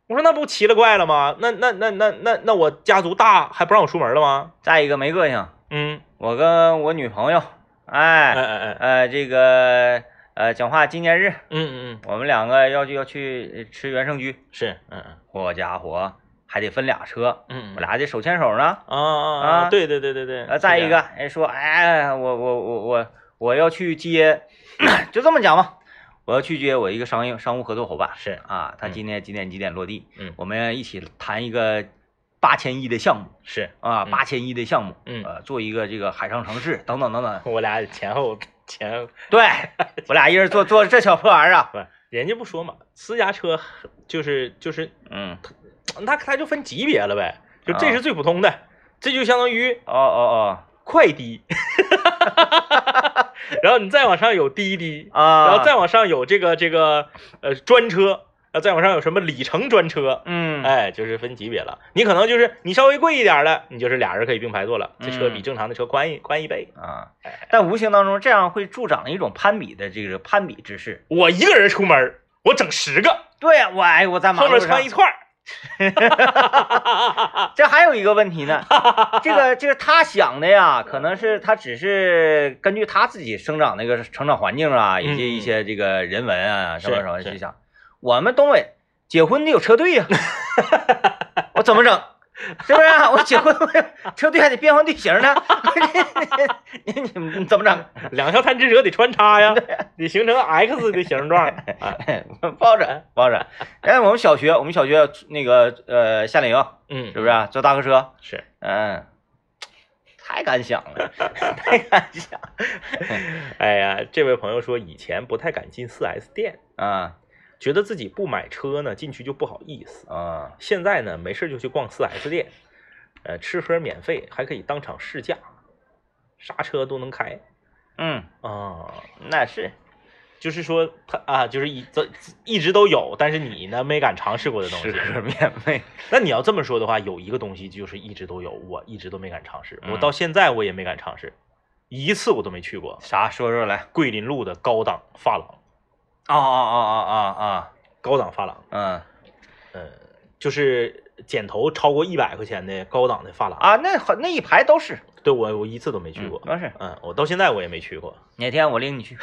[SPEAKER 2] 我说那不奇了怪了吗？那那那那那那我家族大还不让我出门了吗？
[SPEAKER 1] 再一个没个性，
[SPEAKER 2] 嗯，
[SPEAKER 1] 我跟我女朋友，
[SPEAKER 2] 哎
[SPEAKER 1] 哎，
[SPEAKER 2] 哎哎，
[SPEAKER 1] 呃，这个呃，讲话纪念日，
[SPEAKER 2] 嗯嗯嗯，
[SPEAKER 1] 我们两个要去要去吃原生居，
[SPEAKER 2] 是，嗯嗯
[SPEAKER 1] 好家伙，还得分俩车，
[SPEAKER 2] 嗯，
[SPEAKER 1] 我俩得手牵手呢。
[SPEAKER 2] 啊啊
[SPEAKER 1] 啊
[SPEAKER 2] 啊，对对对对对，
[SPEAKER 1] 呃，再
[SPEAKER 2] 是
[SPEAKER 1] 一
[SPEAKER 2] 这
[SPEAKER 1] 个，
[SPEAKER 2] 样，
[SPEAKER 1] 哎，说，哎，我我我我我要去接， 就这么讲吧，我要去接我一个商业商务合作伙伴，
[SPEAKER 2] 是，
[SPEAKER 1] 啊，他
[SPEAKER 2] 嗯
[SPEAKER 1] 今天几点几点落地？
[SPEAKER 2] 嗯
[SPEAKER 1] 我们一起谈一个八千亿的项目
[SPEAKER 2] 是
[SPEAKER 1] 啊，
[SPEAKER 2] 嗯
[SPEAKER 1] 八千亿的项目，
[SPEAKER 2] 嗯
[SPEAKER 1] 呃，做一个这个海上城 市等等等等。
[SPEAKER 2] 我俩前后前，
[SPEAKER 1] 对我俩一人做做这小破玩意儿啊，
[SPEAKER 2] 不，人家不说嘛，私家车就是就是
[SPEAKER 1] 嗯，
[SPEAKER 2] 那它就分级别了呗，就这
[SPEAKER 1] 啊
[SPEAKER 2] 是最普通的，这就相当于
[SPEAKER 1] 哦哦
[SPEAKER 2] 快滴，然后你再往上有滴滴，
[SPEAKER 1] 哦啊，
[SPEAKER 2] 然后再往上有这个这个呃专车，然后再往上有什么里程专车，
[SPEAKER 1] 嗯，
[SPEAKER 2] 哎，就是分级别了。你可能就是你稍微贵一点的，你就是俩人可以并排坐了，这车比
[SPEAKER 1] 嗯
[SPEAKER 2] 正常的车宽一宽一倍。
[SPEAKER 1] 啊，但无形当中这样会助长一种攀比的这个攀比之势。
[SPEAKER 2] 我一个人出门儿，我整十个，
[SPEAKER 1] 对呀，我哎我在马
[SPEAKER 2] 后
[SPEAKER 1] 路
[SPEAKER 2] 面
[SPEAKER 1] 上
[SPEAKER 2] 穿一，串 儿。
[SPEAKER 1] 这还有一个问题 呢，这个这个他想的呀，可能是他只是根据他自己生长那个成长环境啊，以及一些这个人文啊什么什么
[SPEAKER 2] 是
[SPEAKER 1] 去想。我们东北结婚得有车 队呀、我怎么整？是不是、啊？我结婚 我车队还得变换队形呢， 你 你你你怎么整？
[SPEAKER 2] 两条探知者得穿插呀，得形 成 X 的形状。 啊，
[SPEAKER 1] 不好整，不好整。哎，我们小学，我们小学那个呃夏令营
[SPEAKER 2] 嗯，
[SPEAKER 1] 是不是、啊、坐大客车？
[SPEAKER 2] 是？
[SPEAKER 1] 嗯，太敢想了，太敢想了
[SPEAKER 2] 哎呀，这位朋友说以前不太敢进 4S 店，
[SPEAKER 1] 啊
[SPEAKER 2] 觉得自己不买车呢，进去就不好意思。
[SPEAKER 1] 啊！
[SPEAKER 2] 现在呢，没事就去逛 4S 店，呃，吃喝免费，还可以当场试驾，啥车都能开
[SPEAKER 1] 嗯，
[SPEAKER 2] 啊。
[SPEAKER 1] 那是
[SPEAKER 2] 就是说他啊，就是一这一直都有，但是你呢没敢尝试过的东西。
[SPEAKER 1] 是免费。
[SPEAKER 2] 那你要这么说的话，有一个东西就是一直都有，我一直都没敢尝试，
[SPEAKER 1] 嗯
[SPEAKER 2] 我到现在我也没敢尝试，一次我都没去过。
[SPEAKER 1] 啥？说说来。
[SPEAKER 2] 桂林路的高档发廊，
[SPEAKER 1] 啊啊啊啊
[SPEAKER 2] 高档发廊，
[SPEAKER 1] 啊啊！
[SPEAKER 2] 嗯，就是剪头超过一百块钱的高档的发廊，
[SPEAKER 1] 啊，那好，那一排都是，
[SPEAKER 2] 对我我一次都没去过。
[SPEAKER 1] 没事。
[SPEAKER 2] 嗯，我到现在我也没去过，
[SPEAKER 1] 哪天我领你去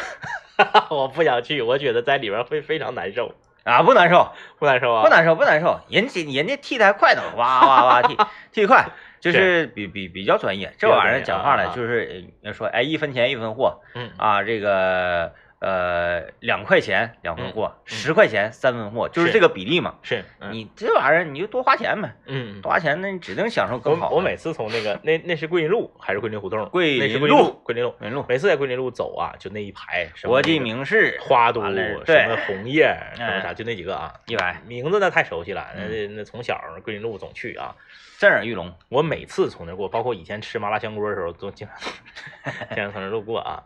[SPEAKER 2] 我不想去，我觉得在里边会非常难受，
[SPEAKER 1] 啊？不难受，
[SPEAKER 2] 不难受啊？
[SPEAKER 1] 不难受，不难受。人家人家剃的还快呢，哇哇哇剃剃快，就是比比比较专业。这玩意儿
[SPEAKER 2] 比较专业
[SPEAKER 1] 讲话
[SPEAKER 2] 啊啊
[SPEAKER 1] 呢，
[SPEAKER 2] 啊
[SPEAKER 1] 就是呃说，哎，一分钱一分货
[SPEAKER 2] 嗯，
[SPEAKER 1] 啊，这个呃两块钱两分货，
[SPEAKER 2] 嗯
[SPEAKER 1] 十块钱三分货，就是
[SPEAKER 2] 是
[SPEAKER 1] 这个比例嘛。
[SPEAKER 2] 是，嗯
[SPEAKER 1] 你这玩意儿你就多花钱呗，
[SPEAKER 2] 嗯，
[SPEAKER 1] 多花钱那你指定享受更好
[SPEAKER 2] 我
[SPEAKER 1] 的。
[SPEAKER 2] 我每次从那个那那是桂林路还是桂林胡同？
[SPEAKER 1] 桂
[SPEAKER 2] 那是
[SPEAKER 1] 林
[SPEAKER 2] 桂林
[SPEAKER 1] 路
[SPEAKER 2] 路，桂林路。
[SPEAKER 1] 没路，
[SPEAKER 2] 每次在桂林路走啊，就那一排什么
[SPEAKER 1] 国际
[SPEAKER 2] 那个
[SPEAKER 1] 名士
[SPEAKER 2] 花都
[SPEAKER 1] 完了
[SPEAKER 2] 什
[SPEAKER 1] 对嗯
[SPEAKER 2] 么红叶什么啥，就那几个啊。
[SPEAKER 1] 一百，
[SPEAKER 2] 名字那太熟悉
[SPEAKER 1] 嗯
[SPEAKER 2] 了，那那从小桂林路总去啊。
[SPEAKER 1] 震耳欲聋。
[SPEAKER 2] 我每次从那过，包括以前吃麻辣香锅的时候，都经常 经常从那路过啊。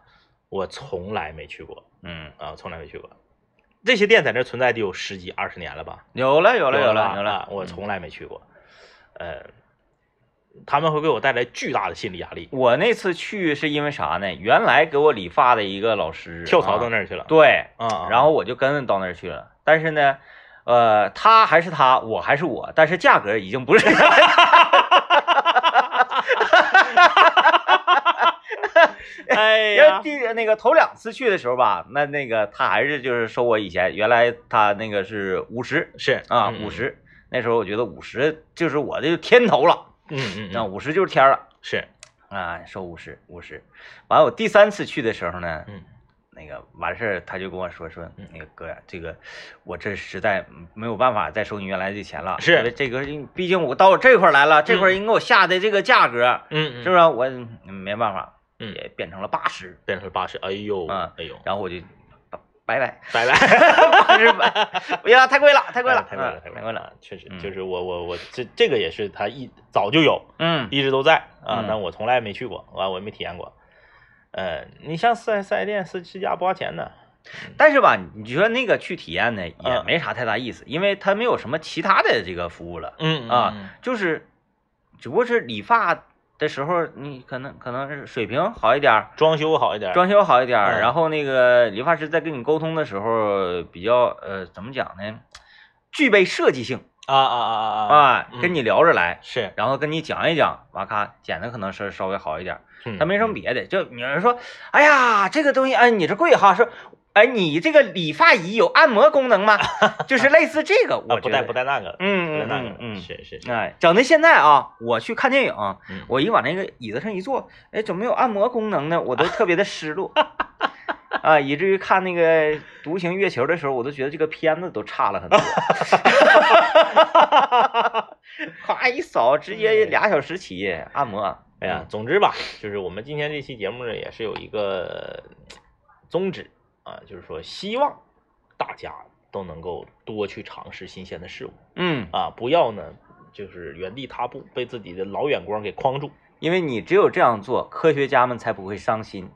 [SPEAKER 2] 我从来没去过
[SPEAKER 1] 嗯，
[SPEAKER 2] 啊，从来没去过。这些店在那存在得有十几二十年了吧？
[SPEAKER 1] 有了有了
[SPEAKER 2] 有
[SPEAKER 1] 了有
[SPEAKER 2] 啊
[SPEAKER 1] 了，嗯
[SPEAKER 2] 我从来没去过。呃，他们会给我带来巨大的心理压力，
[SPEAKER 1] 我那次去是因为啥呢？原来给我理发的一个老师
[SPEAKER 2] 跳槽到那
[SPEAKER 1] 那、
[SPEAKER 2] 儿去了。
[SPEAKER 1] 对，
[SPEAKER 2] 啊，
[SPEAKER 1] 然后我就跟着到那儿去了。但是呢，呃，他还是他，我还是我，但是价格已经不是
[SPEAKER 2] 哎
[SPEAKER 1] 因为
[SPEAKER 2] 呀，
[SPEAKER 1] 第那个头两次去的时候吧，那那个他还是就是收我以前原来他那个是五十
[SPEAKER 2] 是
[SPEAKER 1] 啊
[SPEAKER 2] 嗯
[SPEAKER 1] 五十，那时候我觉得五十就是我的天头了，
[SPEAKER 2] 嗯嗯
[SPEAKER 1] 那
[SPEAKER 2] 嗯，
[SPEAKER 1] 五十就是天儿了。
[SPEAKER 2] 是
[SPEAKER 1] 啊，收五十，五十。完，我第三次去的时候呢，
[SPEAKER 2] 嗯
[SPEAKER 1] 那个完事儿他就跟我说说
[SPEAKER 2] 嗯，
[SPEAKER 1] 那个哥呀，这个我这实在没有办法再收你原来的钱了，
[SPEAKER 2] 是嗯
[SPEAKER 1] 因为这个，毕竟我到我这块儿来了，这块儿人给我下的这个价格，
[SPEAKER 2] 嗯嗯
[SPEAKER 1] 是不是啊？我嗯没办法，
[SPEAKER 2] 嗯
[SPEAKER 1] 也变成了八十，
[SPEAKER 2] 变成八十，哎呦，
[SPEAKER 1] 嗯
[SPEAKER 2] 哎呦，
[SPEAKER 1] 然后我就拜拜，
[SPEAKER 2] 拜拜，
[SPEAKER 1] 八十拜，不行，太贵 了，太
[SPEAKER 2] 太
[SPEAKER 1] 贵了，
[SPEAKER 2] 太贵了，
[SPEAKER 1] 嗯
[SPEAKER 2] 太
[SPEAKER 1] 太
[SPEAKER 2] 贵
[SPEAKER 1] 贵
[SPEAKER 2] 了
[SPEAKER 1] 了，
[SPEAKER 2] 啊，确实
[SPEAKER 1] 嗯
[SPEAKER 2] 就是我我我这这个也是他一早就有，
[SPEAKER 1] 嗯
[SPEAKER 2] 一直都在啊，
[SPEAKER 1] 嗯
[SPEAKER 2] 但我从来没去过，完我也没体验过。呃，你像四 S 店是试驾不花钱的，
[SPEAKER 1] 但是吧，你觉得那个去体验呢，也
[SPEAKER 2] 嗯
[SPEAKER 1] 没啥太大意思，因为它没有什么其他的这个服务了。
[SPEAKER 2] 嗯
[SPEAKER 1] 啊，就是，只不过是理发的时候，你可能可能是水平好一点儿，
[SPEAKER 2] 装修好一点，
[SPEAKER 1] 装修好一点
[SPEAKER 2] 嗯
[SPEAKER 1] 儿，然后那个理发师在跟你沟通的时候比较呃怎么讲呢？具备设计性
[SPEAKER 2] 啊啊啊啊啊
[SPEAKER 1] 啊，
[SPEAKER 2] 嗯
[SPEAKER 1] 跟你聊着来，
[SPEAKER 2] 是，
[SPEAKER 1] 然后跟你讲一讲，哇咔剪的可能是稍微好一点儿，
[SPEAKER 2] 嗯
[SPEAKER 1] 他没什么，别的，就有人说，哎呀这个东西哎你这贵哈，说哎你这个理发仪有按摩功能吗？就是类似这个，
[SPEAKER 2] 啊
[SPEAKER 1] 我
[SPEAKER 2] 不
[SPEAKER 1] 觉
[SPEAKER 2] 带
[SPEAKER 1] 得
[SPEAKER 2] 不，带那个了，不带
[SPEAKER 1] 嗯嗯
[SPEAKER 2] 那个
[SPEAKER 1] 嗯
[SPEAKER 2] 了，
[SPEAKER 1] 嗯，
[SPEAKER 2] 是是是，
[SPEAKER 1] 哎，整的现在啊，我去看电影、
[SPEAKER 2] 嗯
[SPEAKER 1] 我一往那个椅子上一坐，哎，怎么没有按摩功能呢？我都特别的失 落啊，以至于看那个《独 行月球》的时候，我都觉得这个片子都差了很多。 夸一扫，直
[SPEAKER 2] 嗯
[SPEAKER 1] 接俩小时起按摩。
[SPEAKER 2] 哎呀，总之吧，就是我们今天这期节目呢，也是有一个宗旨啊，就是说希望大家都能够多去尝试新鲜的事物
[SPEAKER 1] 嗯，
[SPEAKER 2] 啊，不要呢就是原地踏步，被自己的老眼光给框住。
[SPEAKER 1] 因为你只有这样做，科学家们才不会伤心。